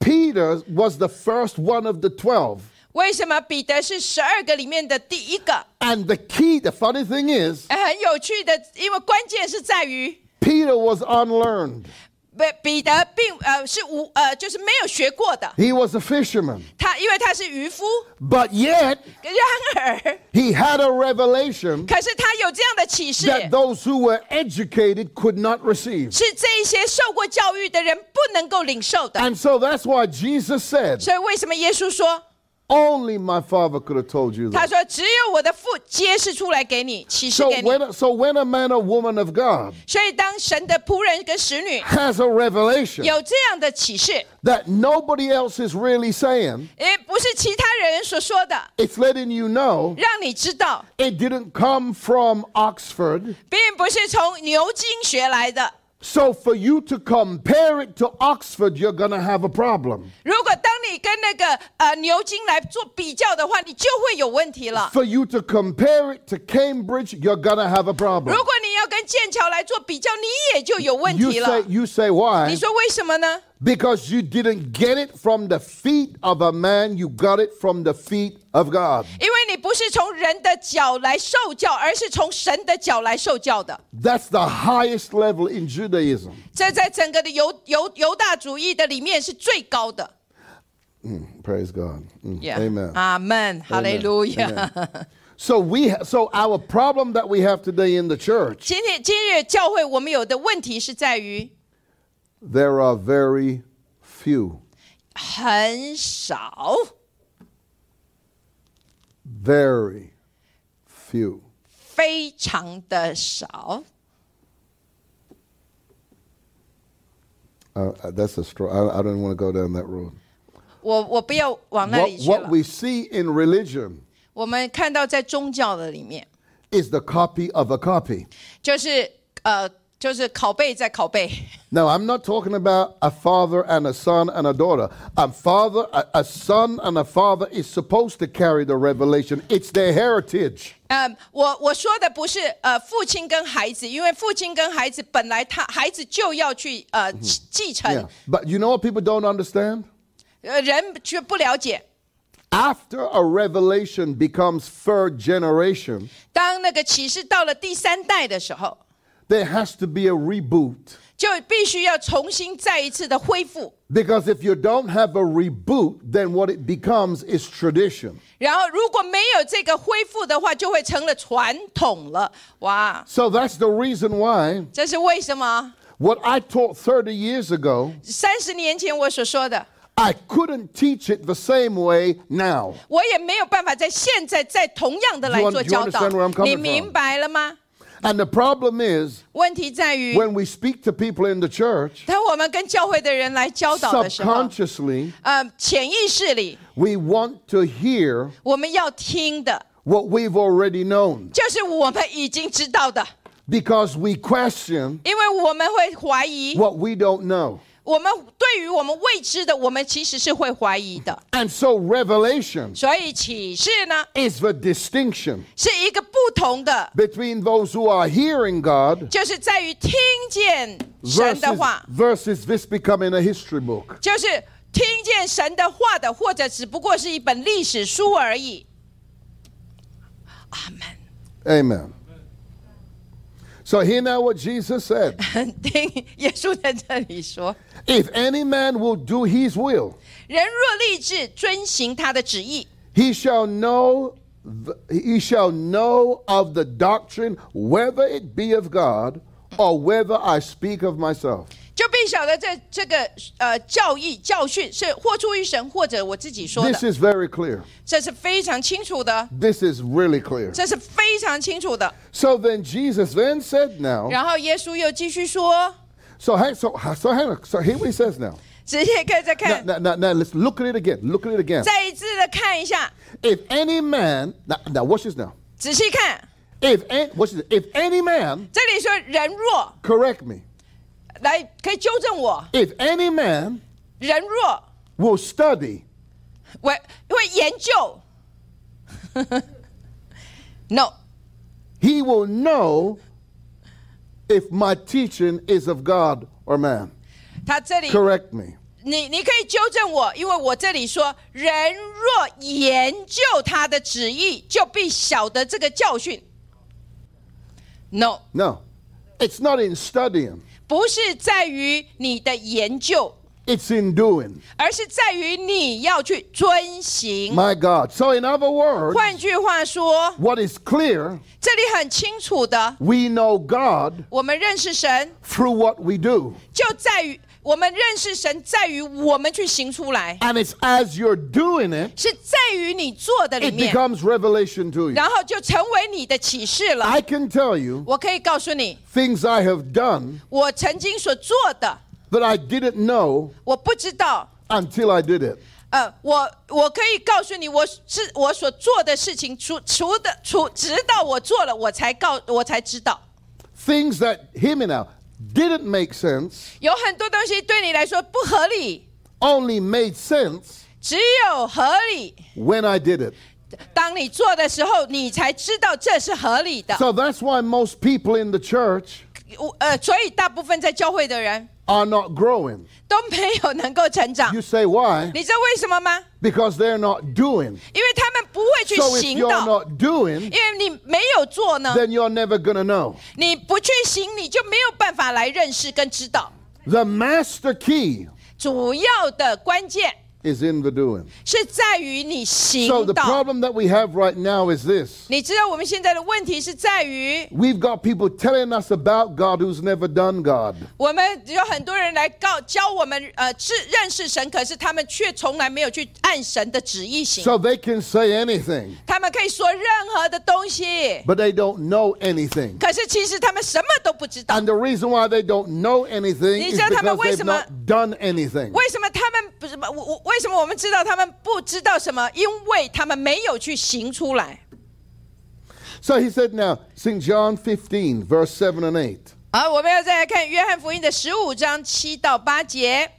[SPEAKER 1] Peter was the first one of the 12?
[SPEAKER 2] 为什么彼得是十二个里面的第一个？
[SPEAKER 1] And the key, the funny thing is,
[SPEAKER 2] 呃很有趣的，因为关键是在于，
[SPEAKER 1] Peter was unlearned.
[SPEAKER 2] 不，彼得并呃是无呃就是没有学过的，
[SPEAKER 1] He was a fisherman.
[SPEAKER 2] 他因为他是渔夫，
[SPEAKER 1] But yet,
[SPEAKER 2] 然而
[SPEAKER 1] he had a revelation
[SPEAKER 2] 可是他有这样的启示，
[SPEAKER 1] that those who were educated could not receive.
[SPEAKER 2] 是这一些受过教育的人不能够领受的，
[SPEAKER 1] And so that's why Jesus said,
[SPEAKER 2] 所以为什么耶稣说，
[SPEAKER 1] Only my father could have told you
[SPEAKER 2] 他
[SPEAKER 1] that.
[SPEAKER 2] 说：“只有我的父揭示出来给你，启示
[SPEAKER 1] So
[SPEAKER 2] 给你。
[SPEAKER 1] when, so when a man or woman of God
[SPEAKER 2] 所以，当神的仆人跟使女
[SPEAKER 1] has a revelation
[SPEAKER 2] 有这样的启示，
[SPEAKER 1] that nobody else is really saying,
[SPEAKER 2] 也不是其他人所说的，
[SPEAKER 1] it's letting you know
[SPEAKER 2] 让你知道，
[SPEAKER 1] it didn't come from Oxford.
[SPEAKER 2] 并不是从牛津学来的。
[SPEAKER 1] So for you to compare it to Oxford, you're going to have a problem.
[SPEAKER 2] 如果当你跟那个呃牛津来做比较的话，你就会有问题了。
[SPEAKER 1] For you to compare it to Cambridge, you're going to have a problem.
[SPEAKER 2] 如果你要跟剑桥来做比较，你也就有问
[SPEAKER 1] You
[SPEAKER 2] 题
[SPEAKER 1] say,
[SPEAKER 2] 了。
[SPEAKER 1] you say why?
[SPEAKER 2] 你说为什么呢？
[SPEAKER 1] Because you didn't get it from the feet of a man, you got it from the feet of God.
[SPEAKER 2] 因为你不是从人的脚来受教，而是从神的脚来受教的。
[SPEAKER 1] That's the highest level in Judaism.
[SPEAKER 2] 这在整个的犹犹犹大主义的里面是最高的。
[SPEAKER 1] Mm, praise God. Mm,
[SPEAKER 2] Yeah. Uh,
[SPEAKER 1] Amen.
[SPEAKER 2] 阿门，哈利路亚。
[SPEAKER 1] So we ha- so our problem that we have today in the church,
[SPEAKER 2] 今天今日教会我们有的问题是在于
[SPEAKER 1] there are very few.
[SPEAKER 2] 很少，
[SPEAKER 1] Very few.
[SPEAKER 2] 非常的少。
[SPEAKER 1] Uh, uh, that's a strong. I, I don't want to go down that road.
[SPEAKER 2] 我我不要往那
[SPEAKER 1] What,
[SPEAKER 2] 里去
[SPEAKER 1] what
[SPEAKER 2] 了。
[SPEAKER 1] we see in religion
[SPEAKER 2] 我们看到在宗教的里面，
[SPEAKER 1] is the copy of a copy.
[SPEAKER 2] 就是呃，就是拷贝在拷贝。
[SPEAKER 1] Now, I'm not talking about a father and a son and a daughter. A father, a, a son and a father is supposed to carry the revelation. It's their heritage.
[SPEAKER 2] 嗯，我我说的不是呃父亲跟孩子，因为父亲跟孩子本来他孩子就要去呃继继
[SPEAKER 1] 嗯 Yeah.
[SPEAKER 2] 承，
[SPEAKER 1] But you know what people don't understand?
[SPEAKER 2] 呃人却不了解。
[SPEAKER 1] After a revelation becomes third generation,
[SPEAKER 2] 当那个启示到了第三代的时候，
[SPEAKER 1] there has to be a reboot.
[SPEAKER 2] 就必须要重新再一次的恢复。
[SPEAKER 1] Because if you don't have a reboot, then what it becomes is tradition.
[SPEAKER 2] 然后如果没有这个恢复的话，就会成了传统了。哇，
[SPEAKER 1] So that's the reason why
[SPEAKER 2] 这是为什么？
[SPEAKER 1] what I taught 30 years ago,
[SPEAKER 2] 三十年前我所说的，
[SPEAKER 1] I couldn't teach it the same way now.
[SPEAKER 2] 我也没有办法在现在再同样的来
[SPEAKER 1] You un-
[SPEAKER 2] 做教
[SPEAKER 1] you understand where
[SPEAKER 2] 导
[SPEAKER 1] I'm coming。from?
[SPEAKER 2] 你明白了吗？
[SPEAKER 1] And the problem is
[SPEAKER 2] 问题在于，
[SPEAKER 1] when we speak to people in the church,
[SPEAKER 2] 当我们跟教会的人来教导的时候，
[SPEAKER 1] subconsciously,
[SPEAKER 2] 呃，潜意识里
[SPEAKER 1] we want to hear
[SPEAKER 2] 我们要听的，
[SPEAKER 1] what we've already known
[SPEAKER 2] 就是我们已经知道的，
[SPEAKER 1] because we question
[SPEAKER 2] 因为我们会怀疑，
[SPEAKER 1] what we don't know.
[SPEAKER 2] 我们对于我们未知的，我们其实是会怀疑的。
[SPEAKER 1] And so revelation
[SPEAKER 2] 所以启示呢，
[SPEAKER 1] is the distinction
[SPEAKER 2] 是一个不同的，
[SPEAKER 1] between those who are hearing God
[SPEAKER 2] 就是在于听见神
[SPEAKER 1] versus,
[SPEAKER 2] 的话，
[SPEAKER 1] versus this becoming a history book.
[SPEAKER 2] 就是听见神的话的，或者只不过是一本历史书而已。阿门。
[SPEAKER 1] Amen. So hear now what Jesus said.
[SPEAKER 2] 听耶稣在这里说。
[SPEAKER 1] If any man will do his will,
[SPEAKER 2] 人若立志遵行他的旨意，
[SPEAKER 1] he shall know th- he shall know of the doctrine whether it be of God or whether I speak of myself.
[SPEAKER 2] 就必晓得这这个呃教义教训是或出于神，或者我自己说
[SPEAKER 1] This
[SPEAKER 2] 的，
[SPEAKER 1] is very clear.
[SPEAKER 2] 这是非常清楚的，
[SPEAKER 1] This is really clear.
[SPEAKER 2] 这是非常清楚的。
[SPEAKER 1] So then Jesus then said now.
[SPEAKER 2] 然后耶稣又继续说，
[SPEAKER 1] So hang so so hang on. So here what he says now.
[SPEAKER 2] 直接看再
[SPEAKER 1] Now,
[SPEAKER 2] 看，
[SPEAKER 1] now, now, now let's look at it again. Look at it again.
[SPEAKER 2] 再一次的看一下，
[SPEAKER 1] If any man now, now watch this now.
[SPEAKER 2] 仔细看，
[SPEAKER 1] If an, watch this. If any man
[SPEAKER 2] 这里说人若
[SPEAKER 1] correct me.
[SPEAKER 2] 来可以纠正我，
[SPEAKER 1] If any man
[SPEAKER 2] 人若
[SPEAKER 1] will study
[SPEAKER 2] 我因为研究 ，no，
[SPEAKER 1] he will know if my teaching is of God or man.
[SPEAKER 2] 他这里
[SPEAKER 1] Correct me.
[SPEAKER 2] 你你可以纠正我，因为我这里说，人若研究他的旨意，就必晓得这个教训。No，
[SPEAKER 1] No, it's not in studying,
[SPEAKER 2] 不是在于你的研究，
[SPEAKER 1] it's in doing.
[SPEAKER 2] 而是在于你要去遵行。
[SPEAKER 1] My God. So, in other words,
[SPEAKER 2] 换句话说，
[SPEAKER 1] what is clear,
[SPEAKER 2] 这里很清楚的，
[SPEAKER 1] we know God
[SPEAKER 2] 我们认识神，
[SPEAKER 1] through what we do.
[SPEAKER 2] 就在于我们认识神在于我们去行出来，
[SPEAKER 1] And it's as you're doing it,
[SPEAKER 2] 是在于你做的里
[SPEAKER 1] it
[SPEAKER 2] 面，
[SPEAKER 1] becomes revelation to you.
[SPEAKER 2] 然后就成为你的启示了。
[SPEAKER 1] I can tell you
[SPEAKER 2] 我可以告诉你，
[SPEAKER 1] things I have done
[SPEAKER 2] 我曾经所做的，
[SPEAKER 1] that I didn't know
[SPEAKER 2] 我不知道。
[SPEAKER 1] until I did it.
[SPEAKER 2] 呃，我我可以告诉你，我是我所做的事情，除除的除，直到我做了，我才告我才知道，
[SPEAKER 1] Things that, hear me now, didn't make sense,
[SPEAKER 2] 有很多东西对你来说不合理，
[SPEAKER 1] only made sense
[SPEAKER 2] 只有合理。
[SPEAKER 1] when I did it.
[SPEAKER 2] 当你做的时候，你才知道这是合理的。
[SPEAKER 1] So that's why most people in the church
[SPEAKER 2] 我呃，所以大部分在教会的人
[SPEAKER 1] are not growing.
[SPEAKER 2] 都没有能够成长
[SPEAKER 1] You。say why?
[SPEAKER 2] 你知道为什么吗？
[SPEAKER 1] Because they're not doing.
[SPEAKER 2] 因为他们不会去
[SPEAKER 1] So if
[SPEAKER 2] 行
[SPEAKER 1] you're
[SPEAKER 2] 动，
[SPEAKER 1] not doing,
[SPEAKER 2] 因为你没有做呢，
[SPEAKER 1] then you're never going to know.
[SPEAKER 2] 你不去行，你就没有办法来认识跟知道。
[SPEAKER 1] The master key
[SPEAKER 2] 主要的关键
[SPEAKER 1] is in the doing.
[SPEAKER 2] 是在于你行
[SPEAKER 1] So the
[SPEAKER 2] 动。
[SPEAKER 1] problem that we have right now is this.
[SPEAKER 2] 你知道我们现在的问题是在于，
[SPEAKER 1] We've got people telling us about God who's never done God.
[SPEAKER 2] 我们有很多人来告教我们呃知认识神，可是他们却从来没有去按神的旨意行。
[SPEAKER 1] So they can say anything,
[SPEAKER 2] 他们可以说任何的东西，
[SPEAKER 1] but they don't know anything.
[SPEAKER 2] 可是其实他们什么都不知道。
[SPEAKER 1] And the reason why they don't know anything is
[SPEAKER 2] 你知道他们
[SPEAKER 1] because they've
[SPEAKER 2] 为什么
[SPEAKER 1] not
[SPEAKER 2] -
[SPEAKER 1] done anything.
[SPEAKER 2] 为什么他们不是不我我为什么我们知道他们不知道什么？因为他们没有去行出来。
[SPEAKER 1] So he said now, St. John 15, verse 7 and 8.
[SPEAKER 2] 好，我们要再来看约翰福音的十五章七到八节：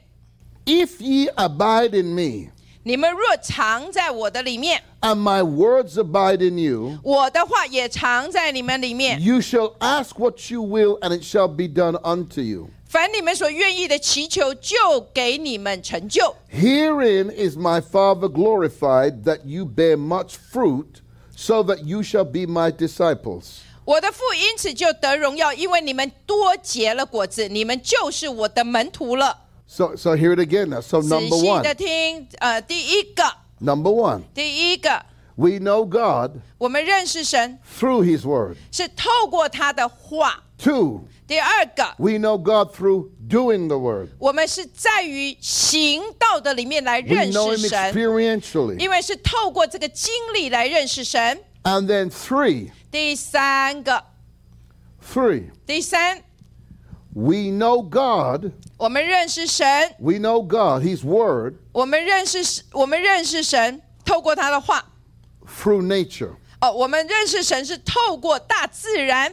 [SPEAKER 1] If ye abide in me,
[SPEAKER 2] 你们若藏在我的里面，
[SPEAKER 1] and my words abide in you,
[SPEAKER 2] 我的话也藏在你们里面。
[SPEAKER 1] you shall ask what you will, and it shall be done unto you.
[SPEAKER 2] 凡你们所愿意的祈求，就给你们成就。
[SPEAKER 1] Herein is my Father glorified, that you bear much fruit, so that you shall be my disciples.
[SPEAKER 2] 我的父因此就得荣耀，因为你们多结了果子，你们就是我的门徒了。
[SPEAKER 1] So, so hear it again now. So
[SPEAKER 2] 仔
[SPEAKER 1] number
[SPEAKER 2] 细
[SPEAKER 1] one,
[SPEAKER 2] 的听，呃，第一个，
[SPEAKER 1] number one,
[SPEAKER 2] 第一个，
[SPEAKER 1] we know God
[SPEAKER 2] 我们认识神
[SPEAKER 1] through His Word.
[SPEAKER 2] 是透过他的话；
[SPEAKER 1] Two,
[SPEAKER 2] 第二个，
[SPEAKER 1] we know God through doing the Word.
[SPEAKER 2] 我们是在于行道的里面来
[SPEAKER 1] We
[SPEAKER 2] 认
[SPEAKER 1] know Him
[SPEAKER 2] 识神，
[SPEAKER 1] experientially.
[SPEAKER 2] 因为是透过这个经历来认识神。
[SPEAKER 1] And then three,
[SPEAKER 2] 第三个，
[SPEAKER 1] three,
[SPEAKER 2] 第三，
[SPEAKER 1] we know God.
[SPEAKER 2] 我们认识神，
[SPEAKER 1] We know God, His Word,
[SPEAKER 2] 我们认识，我们认识神，透过他的话。
[SPEAKER 1] through nature.
[SPEAKER 2] 哦，我们认识神是透过大自然。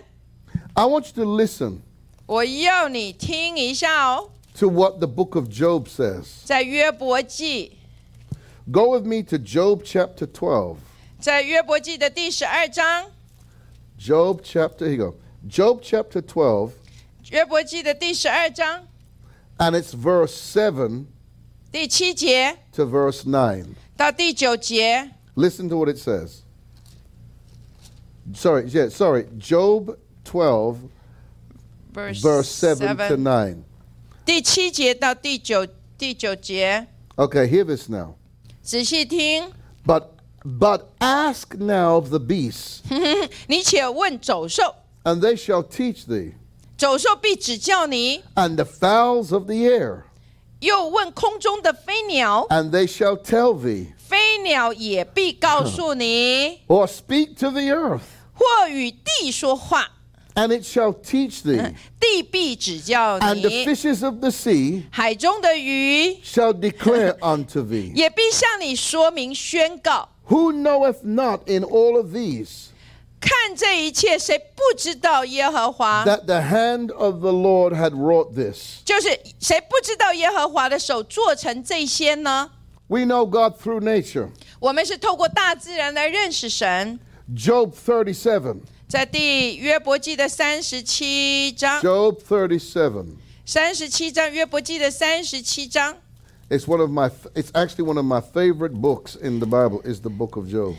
[SPEAKER 1] I want you to listen
[SPEAKER 2] 我要你听一下哦，
[SPEAKER 1] to what the book of Job says.
[SPEAKER 2] 在约伯记，
[SPEAKER 1] Go with me to Job chapter 12.
[SPEAKER 2] 在约伯记的第十二章，
[SPEAKER 1] Job chapter, here you go. Job chapter 12,
[SPEAKER 2] 约伯记的第十二章
[SPEAKER 1] and it's verse 7
[SPEAKER 2] 第七节
[SPEAKER 1] to verse 9.
[SPEAKER 2] 到第九节，
[SPEAKER 1] Listen to what it says. Sorry, yeah, sorry. Job 12, verse 7 to 9.
[SPEAKER 2] 第七节到第九第九节，
[SPEAKER 1] Okay, hear this now.
[SPEAKER 2] 仔细听。
[SPEAKER 1] But but ask now of the beasts,
[SPEAKER 2] 你且问走兽，
[SPEAKER 1] and they shall teach thee,
[SPEAKER 2] 走兽必指教你；
[SPEAKER 1] and the fowls of the air,
[SPEAKER 2] 又问空中的飞鸟，
[SPEAKER 1] and they shall tell thee,
[SPEAKER 2] 飞鸟也必告诉 你；
[SPEAKER 1] or speak to the earth,
[SPEAKER 2] 或与地说话，
[SPEAKER 1] and it shall teach
[SPEAKER 2] Uh,
[SPEAKER 1] thee,
[SPEAKER 2] 地必指教
[SPEAKER 1] and the
[SPEAKER 2] 你；
[SPEAKER 1] fishes of the sea
[SPEAKER 2] 海中的鱼
[SPEAKER 1] shall declare unto thee.
[SPEAKER 2] 也必向你说明宣告。
[SPEAKER 1] Who knoweth not in all of these
[SPEAKER 2] 看这一切，谁不知道耶和华？
[SPEAKER 1] that the hand of the Lord had wrought this?
[SPEAKER 2] 就是谁不知道耶和华的手做成这些呢？
[SPEAKER 1] We know God through nature.
[SPEAKER 2] 我们是透过大自然来认识神。
[SPEAKER 1] Job 37.
[SPEAKER 2] 在第约伯记的三十七章，
[SPEAKER 1] Job 37.
[SPEAKER 2] 三十七章约伯记的三十七章，
[SPEAKER 1] It's one of my. f- It's actually one of my favorite books in the Bible. Is the book of Job.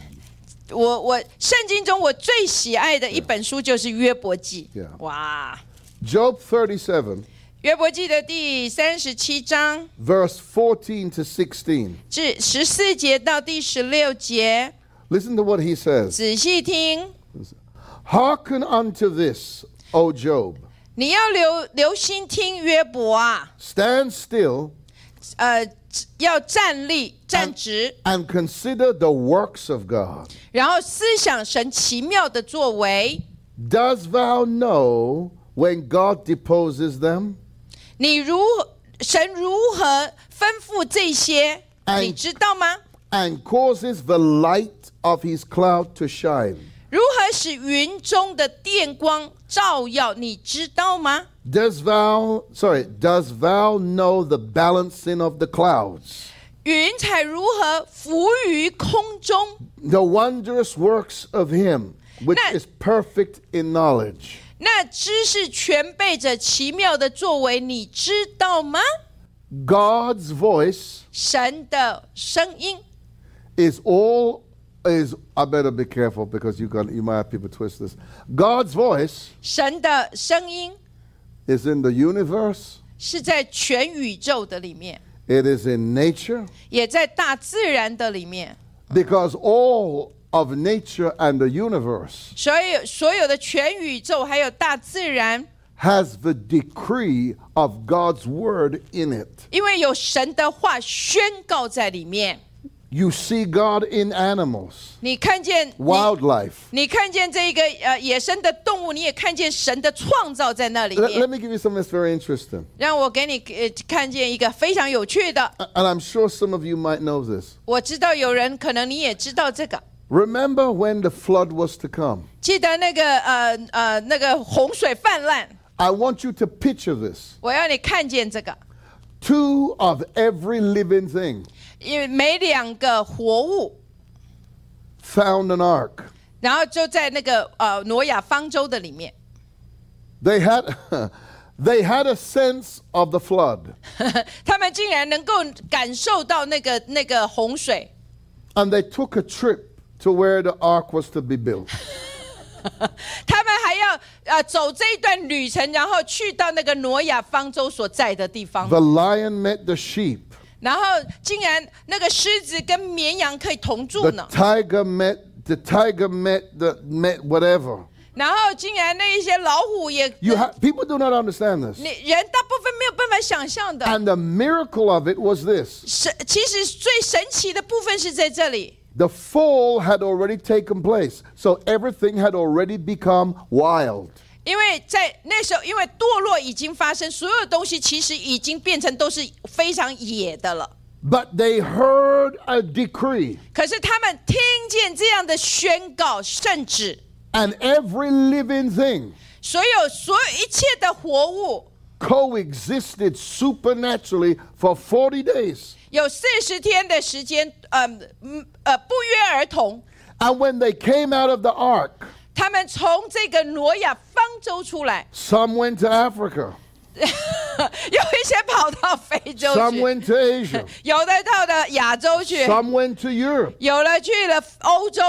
[SPEAKER 2] 我我圣经中我最喜爱的一本书就是约伯记
[SPEAKER 1] Yeah.。
[SPEAKER 2] 哇，
[SPEAKER 1] Job 37,
[SPEAKER 2] 约伯记的第三十七章
[SPEAKER 1] verse 14 to 16.
[SPEAKER 2] 至十四节到第十六节，
[SPEAKER 1] Listen to what he says.
[SPEAKER 2] 仔细听，
[SPEAKER 1] Hearken unto this, O Job,
[SPEAKER 2] 你要留留心听约伯啊，
[SPEAKER 1] Stand still
[SPEAKER 2] 呃，要站立站直，
[SPEAKER 1] and consider the works of God.
[SPEAKER 2] 然后思想神奇妙的作为。
[SPEAKER 1] Dost thou know when God deposes them?
[SPEAKER 2] 你如何神如何吩咐这些，
[SPEAKER 1] 哎
[SPEAKER 2] 你知道吗？
[SPEAKER 1] and causes the light of his cloud to shine?
[SPEAKER 2] 如何使云中的电光照耀，你知道吗？
[SPEAKER 1] Does thou, sorry, does thou know the balancing of the clouds,
[SPEAKER 2] 云彩如何浮于空中？
[SPEAKER 1] the wondrous works of him, which
[SPEAKER 2] No.
[SPEAKER 1] is perfect in knowledge?
[SPEAKER 2] 那知识全备着奇妙的作为，你知道吗？
[SPEAKER 1] God's voice
[SPEAKER 2] 神的声音，
[SPEAKER 1] is all is I better be careful because you can you might have people twist this. God's voice
[SPEAKER 2] 神的声音
[SPEAKER 1] is in the universe,
[SPEAKER 2] 是在全宇宙的里面，
[SPEAKER 1] it is in nature,
[SPEAKER 2] 也在大自然的里面。
[SPEAKER 1] because all of nature and the universe
[SPEAKER 2] 所有所有的全宇宙还有大自然，
[SPEAKER 1] has the decree of God's word in it.
[SPEAKER 2] 因为有神的话宣告在里面。
[SPEAKER 1] You see God in animals,
[SPEAKER 2] 你看见你
[SPEAKER 1] wildlife.
[SPEAKER 2] 你看见这一个呃野生的动物，你也看见神的创造在那里
[SPEAKER 1] Let,
[SPEAKER 2] 面
[SPEAKER 1] let。me give you something that's very interesting.
[SPEAKER 2] 让我给你呃看见一个非常有趣的，
[SPEAKER 1] A- And I'm sure some of you might know this.
[SPEAKER 2] 我知道有人可能你也知道这个。
[SPEAKER 1] Remember when the flood was to come?
[SPEAKER 2] 记得那个呃呃那个洪水泛滥，
[SPEAKER 1] I want you to picture this.
[SPEAKER 2] 我要你看见这个，
[SPEAKER 1] Two of every living thing
[SPEAKER 2] 因为每两个活物，
[SPEAKER 1] found an ark.
[SPEAKER 2] 然后就在那个呃挪亚方舟的里面，
[SPEAKER 1] They had, they had a sense of the flood,
[SPEAKER 2] 他们竟然能够感受到那个那个洪水，
[SPEAKER 1] and they took a trip to where the ark was to be built.
[SPEAKER 2] 他们还要呃走这一段旅程，然后去到那个挪亚方舟所在的地方，
[SPEAKER 1] The lion met the sheep,
[SPEAKER 2] 然后竟然那个狮子跟绵羊可以同住
[SPEAKER 1] the
[SPEAKER 2] 呢，
[SPEAKER 1] tiger met the tiger met the met whatever.
[SPEAKER 2] 然后竟然那一些老虎也，
[SPEAKER 1] You ha- people do not understand this.
[SPEAKER 2] 你人大部分没有办法想象的。
[SPEAKER 1] And the miracle of it was this:
[SPEAKER 2] 神其实最神奇的部分是在这里，
[SPEAKER 1] the fall had already taken place, so everything had already become wild.
[SPEAKER 2] 因为在那时候，因为堕落已经发生，所有东西其实已经变成都是非常野的了。
[SPEAKER 1] But they heard a decree,
[SPEAKER 2] 可是他们听见这样的宣告圣旨，
[SPEAKER 1] and every living thing
[SPEAKER 2] 所有所有一切的活物，
[SPEAKER 1] coexisted supernaturally for 40 days.
[SPEAKER 2] 有四十天的时间，嗯嗯呃，不约而同，
[SPEAKER 1] And when they came out of the ark,
[SPEAKER 2] 他们从这个挪亚方舟出来，
[SPEAKER 1] some went to Africa,
[SPEAKER 2] 有一些跑到非洲
[SPEAKER 1] some
[SPEAKER 2] 去，
[SPEAKER 1] went to Asia,
[SPEAKER 2] 有的到了亚洲去，
[SPEAKER 1] some went to Europe,
[SPEAKER 2] 有的去了欧洲，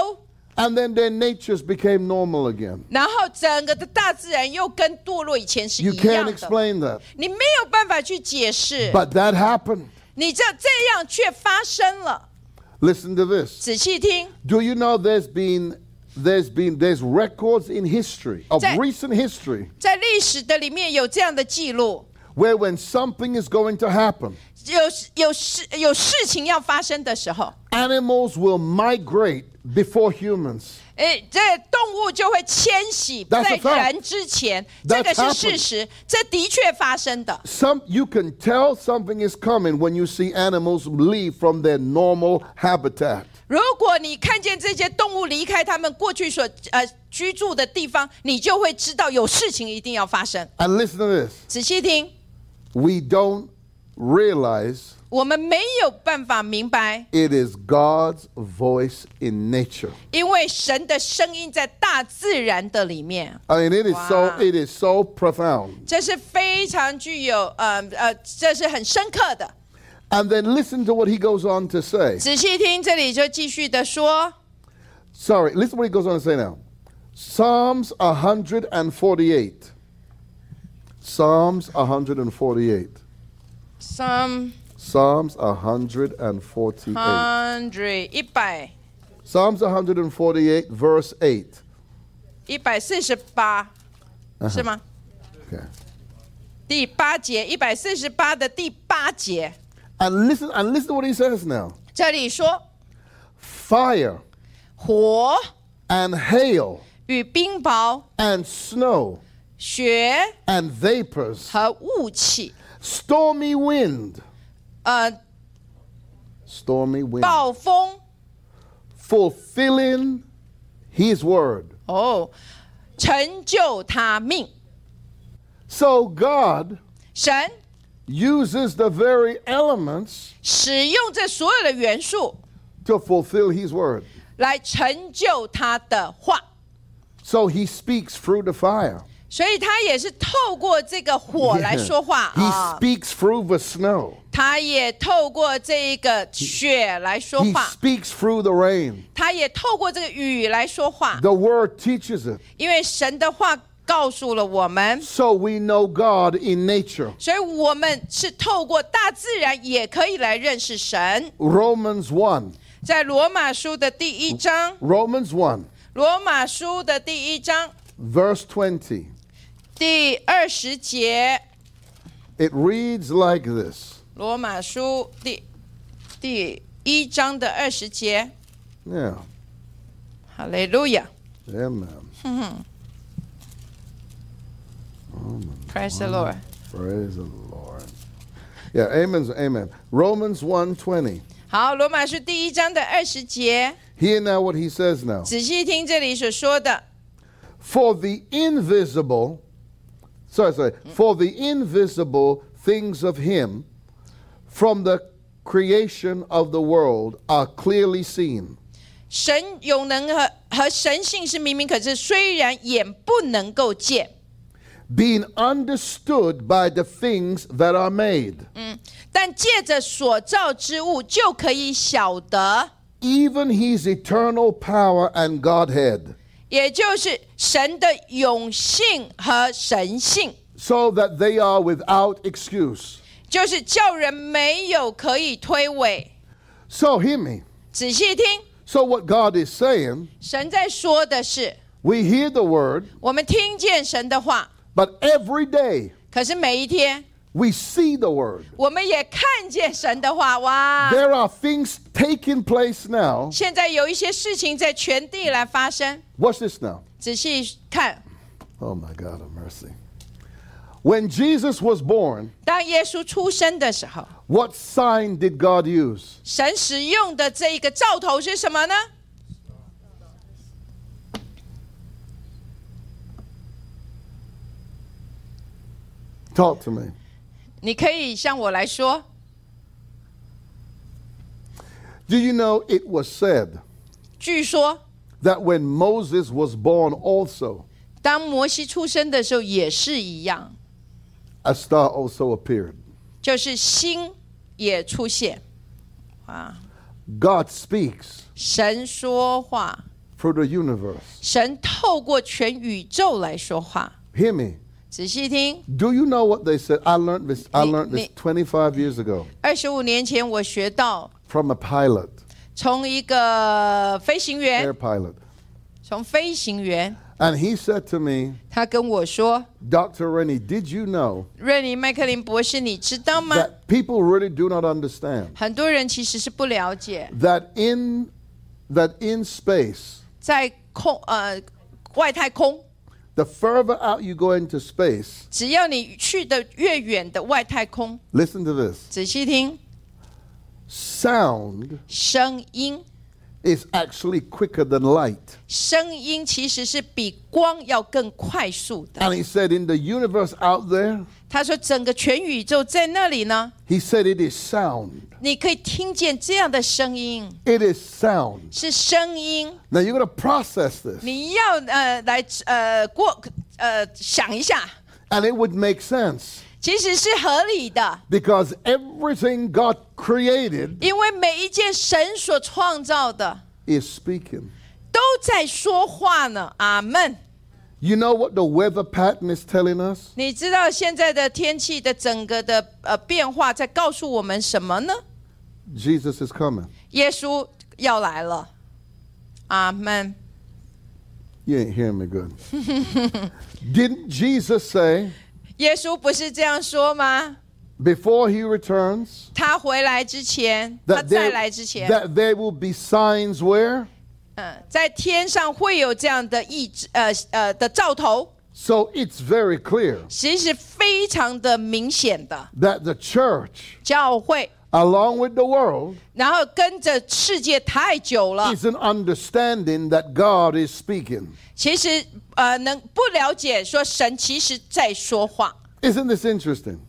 [SPEAKER 1] and then their natures became normal again.
[SPEAKER 2] 然后整个的大自然又跟堕落以前是
[SPEAKER 1] You
[SPEAKER 2] 一
[SPEAKER 1] can't
[SPEAKER 2] 样的。
[SPEAKER 1] explain that.
[SPEAKER 2] 你没有办法去解释，
[SPEAKER 1] But that happened.
[SPEAKER 2] 你这这样却发生了。
[SPEAKER 1] Listen to this.
[SPEAKER 2] 仔细听，
[SPEAKER 1] Do you know there's been there's been there's records in history of
[SPEAKER 2] Jack.
[SPEAKER 1] recent history
[SPEAKER 2] 在历史的里面有这样的记录，
[SPEAKER 1] where when something is going to happen,
[SPEAKER 2] 有有事有事情要发生的时候，
[SPEAKER 1] animals will migrate before humans.
[SPEAKER 2] 诶，这动物就会迁徙
[SPEAKER 1] That's
[SPEAKER 2] 在
[SPEAKER 1] a fact.
[SPEAKER 2] 人之前，这
[SPEAKER 1] That's
[SPEAKER 2] 个是事实，这的确发生的。
[SPEAKER 1] Some you can tell something is coming when you see animals leave from their normal habitat.
[SPEAKER 2] 如果你看见这些动物离开他们过去所呃居住的地方，你就会知道有事情一定要发生。
[SPEAKER 1] And listen to this.
[SPEAKER 2] 仔细听，
[SPEAKER 1] We don't realize
[SPEAKER 2] 我们没有办法明白，
[SPEAKER 1] it is God's voice in nature.
[SPEAKER 2] 因为神的声音在大自然的里面，
[SPEAKER 1] I mean it is
[SPEAKER 2] Wow.
[SPEAKER 1] so it is so profound.
[SPEAKER 2] 这是非常具有呃呃，这是很深刻的。
[SPEAKER 1] And then listen to what he goes on to say.
[SPEAKER 2] 仔细听，这里就继续的说。
[SPEAKER 1] Sorry, listen what he goes on to say now. Psalms 148. Psalms 148.
[SPEAKER 2] Some
[SPEAKER 1] Psalms 148.
[SPEAKER 2] hundred 一百
[SPEAKER 1] Psalms 148, verse 8.
[SPEAKER 2] 一百四十八是吗？
[SPEAKER 1] Okay.
[SPEAKER 2] 第八节一百四十八的第八节，
[SPEAKER 1] And listen and listen to what he says now.
[SPEAKER 2] 这里说
[SPEAKER 1] Fire
[SPEAKER 2] 火
[SPEAKER 1] and hail
[SPEAKER 2] 与冰雹、
[SPEAKER 1] and snow
[SPEAKER 2] 雪
[SPEAKER 1] and vapors,
[SPEAKER 2] 和雾气，
[SPEAKER 1] stormy wind,
[SPEAKER 2] 呃，
[SPEAKER 1] stormy wind,
[SPEAKER 2] 暴风
[SPEAKER 1] fulfilling his word.
[SPEAKER 2] 哦，成就他命。
[SPEAKER 1] So God
[SPEAKER 2] 神
[SPEAKER 1] uses the very elements
[SPEAKER 2] 使用这所有的元素
[SPEAKER 1] to fulfill his word.
[SPEAKER 2] 来成就他的话，
[SPEAKER 1] So he speaks through the fire.
[SPEAKER 2] 所以他也是透过这个火来说话
[SPEAKER 1] He
[SPEAKER 2] 啊，
[SPEAKER 1] speaks through the snow.
[SPEAKER 2] 他也透过这一个雪来说
[SPEAKER 1] He
[SPEAKER 2] 话，
[SPEAKER 1] speaks through the rain.
[SPEAKER 2] 他也透过这个雨来说话，
[SPEAKER 1] The word teaches it.
[SPEAKER 2] 因为神的话告诉了我们，
[SPEAKER 1] So we know God in nature.
[SPEAKER 2] 所以我们是透过大自然也可以来认识神。
[SPEAKER 1] Romans 1.
[SPEAKER 2] 在罗马书的第一章，
[SPEAKER 1] Romans 1,
[SPEAKER 2] 罗马书的第一章
[SPEAKER 1] verse 20.
[SPEAKER 2] 第二十节。
[SPEAKER 1] It reads like this.
[SPEAKER 2] 罗马书第第一章的二十节，
[SPEAKER 1] Yeah.
[SPEAKER 2] 哈利路亚
[SPEAKER 1] Amen.
[SPEAKER 2] ，Praise the Lord。
[SPEAKER 1] Praise the Lord. Yeah, amen's amen. Romans 1 20.
[SPEAKER 2] 好，罗马书第一章的二十节，
[SPEAKER 1] Hear now what he says now.
[SPEAKER 2] 仔细听这里所说的，
[SPEAKER 1] For the invisible, sorry, sorry, for the invisible things of him from the creation of the world are clearly seen,
[SPEAKER 2] 神永能和和神性是明明可知，虽然眼不能够见，
[SPEAKER 1] being understood by the things that are made,
[SPEAKER 2] 嗯，但借着所造之物就可以晓得，
[SPEAKER 1] even his eternal power and Godhead,
[SPEAKER 2] 也就是神的永性和神性，
[SPEAKER 1] so that they are without excuse.
[SPEAKER 2] 就是叫人没有可以推诿。
[SPEAKER 1] So, hear me.
[SPEAKER 2] 仔细听，
[SPEAKER 1] So, what God is saying,
[SPEAKER 2] 神在说的是，
[SPEAKER 1] we hear the word,
[SPEAKER 2] 我们听见神的话，
[SPEAKER 1] but every day
[SPEAKER 2] 可是每一天
[SPEAKER 1] we see the word.
[SPEAKER 2] 我们也看见神的话。哇，
[SPEAKER 1] There are things taking place now.
[SPEAKER 2] 现在有一些事情在全地来发生。
[SPEAKER 1] Watch this now.
[SPEAKER 2] 仔细看，
[SPEAKER 1] Oh my God of mercy. When Jesus was born,
[SPEAKER 2] 当耶稣出生的时候，
[SPEAKER 1] what sign did God use?
[SPEAKER 2] 神使用的这一个兆头是什么呢？
[SPEAKER 1] Talk to me.
[SPEAKER 2] 你可以向我来说，
[SPEAKER 1] Do you know it was said
[SPEAKER 2] 据说
[SPEAKER 1] that when Moses was born, also
[SPEAKER 2] 当摩西出生的时候也是一样，
[SPEAKER 1] a star also appeared?
[SPEAKER 2] 就是星也出现。啊，
[SPEAKER 1] God speaks
[SPEAKER 2] 神说话，
[SPEAKER 1] through the universe.
[SPEAKER 2] 神透过全宇宙来说话。
[SPEAKER 1] Hear me.
[SPEAKER 2] 仔细听，
[SPEAKER 1] Do you know what they said? I learned this. I
[SPEAKER 2] Me-
[SPEAKER 1] learned this
[SPEAKER 2] me-
[SPEAKER 1] 25 years ago
[SPEAKER 2] 二十五年前，我学到
[SPEAKER 1] from a pilot,
[SPEAKER 2] 从一个飞行
[SPEAKER 1] air
[SPEAKER 2] 员，
[SPEAKER 1] pilot,
[SPEAKER 2] 从飞行员，
[SPEAKER 1] and he said to me,
[SPEAKER 2] 他跟我说
[SPEAKER 1] Dr. Rennie, did you know：“
[SPEAKER 2] 瑞尼麦克林博士，你知道吗？
[SPEAKER 1] that people really do not understand
[SPEAKER 2] 很多人其实是不了解，
[SPEAKER 1] that in that in space,
[SPEAKER 2] 在空呃外太空，
[SPEAKER 1] the further out you go into space,
[SPEAKER 2] 只要你去的越远的外太空，
[SPEAKER 1] listen to this.
[SPEAKER 2] 仔细听，
[SPEAKER 1] Sound
[SPEAKER 2] 声音，
[SPEAKER 1] is actually quicker than light.
[SPEAKER 2] 声音其实是比光要更快速的。
[SPEAKER 1] And he said in the universe out there, ”
[SPEAKER 2] 他说：“整个全宇宙在那里呢，
[SPEAKER 1] he said it is sound.
[SPEAKER 2] 你可以听见这样的声音，
[SPEAKER 1] It is sound.
[SPEAKER 2] 是声音。”
[SPEAKER 1] Now you're going to process this
[SPEAKER 2] 你要呃来呃过呃想一下，
[SPEAKER 1] and it would make sense
[SPEAKER 2] 其实是合理的，
[SPEAKER 1] because everything God created
[SPEAKER 2] 因为每一件神所创造的
[SPEAKER 1] is speaking.
[SPEAKER 2] 都在说话呢。阿门。
[SPEAKER 1] You know what the weather pattern is telling us?
[SPEAKER 2] 你知道现在的天气的整个的呃变化在告诉我们什么呢？
[SPEAKER 1] Jesus is coming.
[SPEAKER 2] 耶稣要来了。阿门。
[SPEAKER 1] You ain't hearing me good. Didn't Jesus say
[SPEAKER 2] 耶稣不是这样说吗？
[SPEAKER 1] before he returns
[SPEAKER 2] 他回来之前，他
[SPEAKER 1] that
[SPEAKER 2] 再
[SPEAKER 1] there,
[SPEAKER 2] 来之前，
[SPEAKER 1] that there will be signs where
[SPEAKER 2] 嗯，在天上会有这样的意志，呃呃的兆头，
[SPEAKER 1] so it's very clear
[SPEAKER 2] 其实非常的明显的
[SPEAKER 1] that the church
[SPEAKER 2] 教会，
[SPEAKER 1] along with the world
[SPEAKER 2] 然后跟着世界太久了，
[SPEAKER 1] is an understanding that God is speaking.
[SPEAKER 2] 其实呃能不了解说神其实在说话，
[SPEAKER 1] Isn't this interesting?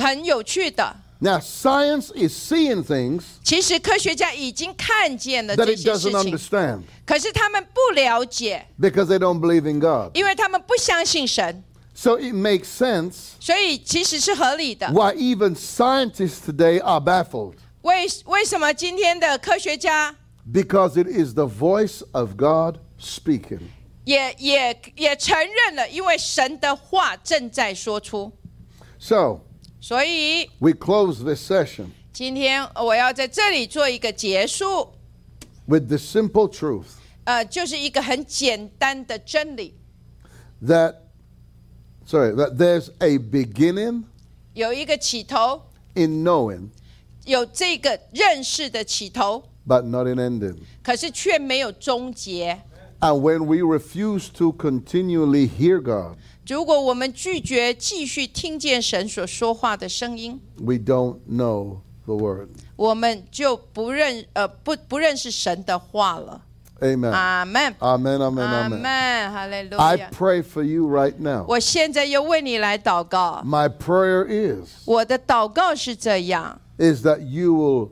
[SPEAKER 2] 很有趣的。
[SPEAKER 1] Now science is seeing things
[SPEAKER 2] 其实科学家已经看见了
[SPEAKER 1] that
[SPEAKER 2] 这
[SPEAKER 1] it
[SPEAKER 2] 些事
[SPEAKER 1] doesn't
[SPEAKER 2] 情，
[SPEAKER 1] understand
[SPEAKER 2] 可是他们不了解，
[SPEAKER 1] because they don't believe in God.
[SPEAKER 2] 因为他们不相信神，
[SPEAKER 1] So it makes sense
[SPEAKER 2] 所以其实是合理的。
[SPEAKER 1] why even scientists today are baffled
[SPEAKER 2] 为为什么今天的科学家
[SPEAKER 1] because it is the voice of God speaking.
[SPEAKER 2] 也也也承认了，因为神的话正在说出。
[SPEAKER 1] So,
[SPEAKER 2] 所以
[SPEAKER 1] we close this session
[SPEAKER 2] 今天我要在这里做一个结束，
[SPEAKER 1] with the simple truth
[SPEAKER 2] 呃，就是一个很简单的真理，
[SPEAKER 1] that sorry, that there's a beginning
[SPEAKER 2] 有一个起头，
[SPEAKER 1] in knowing
[SPEAKER 2] 有这个认识的起头，
[SPEAKER 1] but not an ending.
[SPEAKER 2] 可是却没有终结。
[SPEAKER 1] And when we refuse to continually hear God,
[SPEAKER 2] 如果我们拒绝继续听见神所说话的声音，
[SPEAKER 1] we don't know the word.
[SPEAKER 2] 我们就不认呃不不认识神的话了。
[SPEAKER 1] Amen.
[SPEAKER 2] 阿门，
[SPEAKER 1] amen, amen, amen.
[SPEAKER 2] 阿门，哈利路
[SPEAKER 1] 嗯 I
[SPEAKER 2] 亚。
[SPEAKER 1] pray for you right now.
[SPEAKER 2] 我现在又为你来祷告，
[SPEAKER 1] My prayer is
[SPEAKER 2] 我的祷告是这样：
[SPEAKER 1] is that you will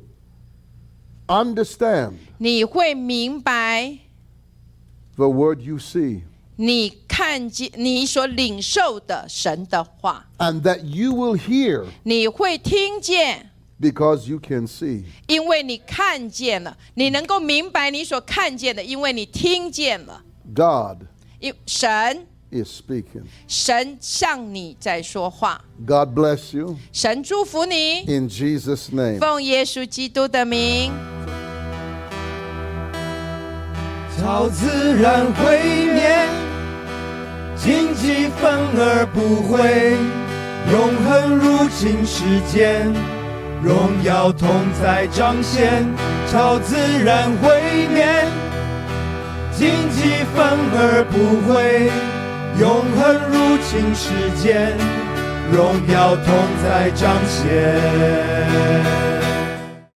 [SPEAKER 1] understand
[SPEAKER 2] 你会明白，
[SPEAKER 1] the word you see
[SPEAKER 2] 你看见你所领受的神的话，
[SPEAKER 1] and that you will hear
[SPEAKER 2] 你会听见，
[SPEAKER 1] because you can see.
[SPEAKER 2] 因为你看见了，你能够明白你所看见的，因为你听见了。
[SPEAKER 1] God
[SPEAKER 2] 因神，
[SPEAKER 1] is speaking.
[SPEAKER 2] 神向你在说话，
[SPEAKER 1] God bless you
[SPEAKER 2] 神祝福你，
[SPEAKER 1] in Jesus' name.
[SPEAKER 2] 奉耶稣基督的名。
[SPEAKER 3] 超自然毁灭，荆棘反而不会，永恒入侵世间，荣耀同在彰显，超自然毁灭，荆棘反而不会，永恒入侵世间，荣耀同在彰显。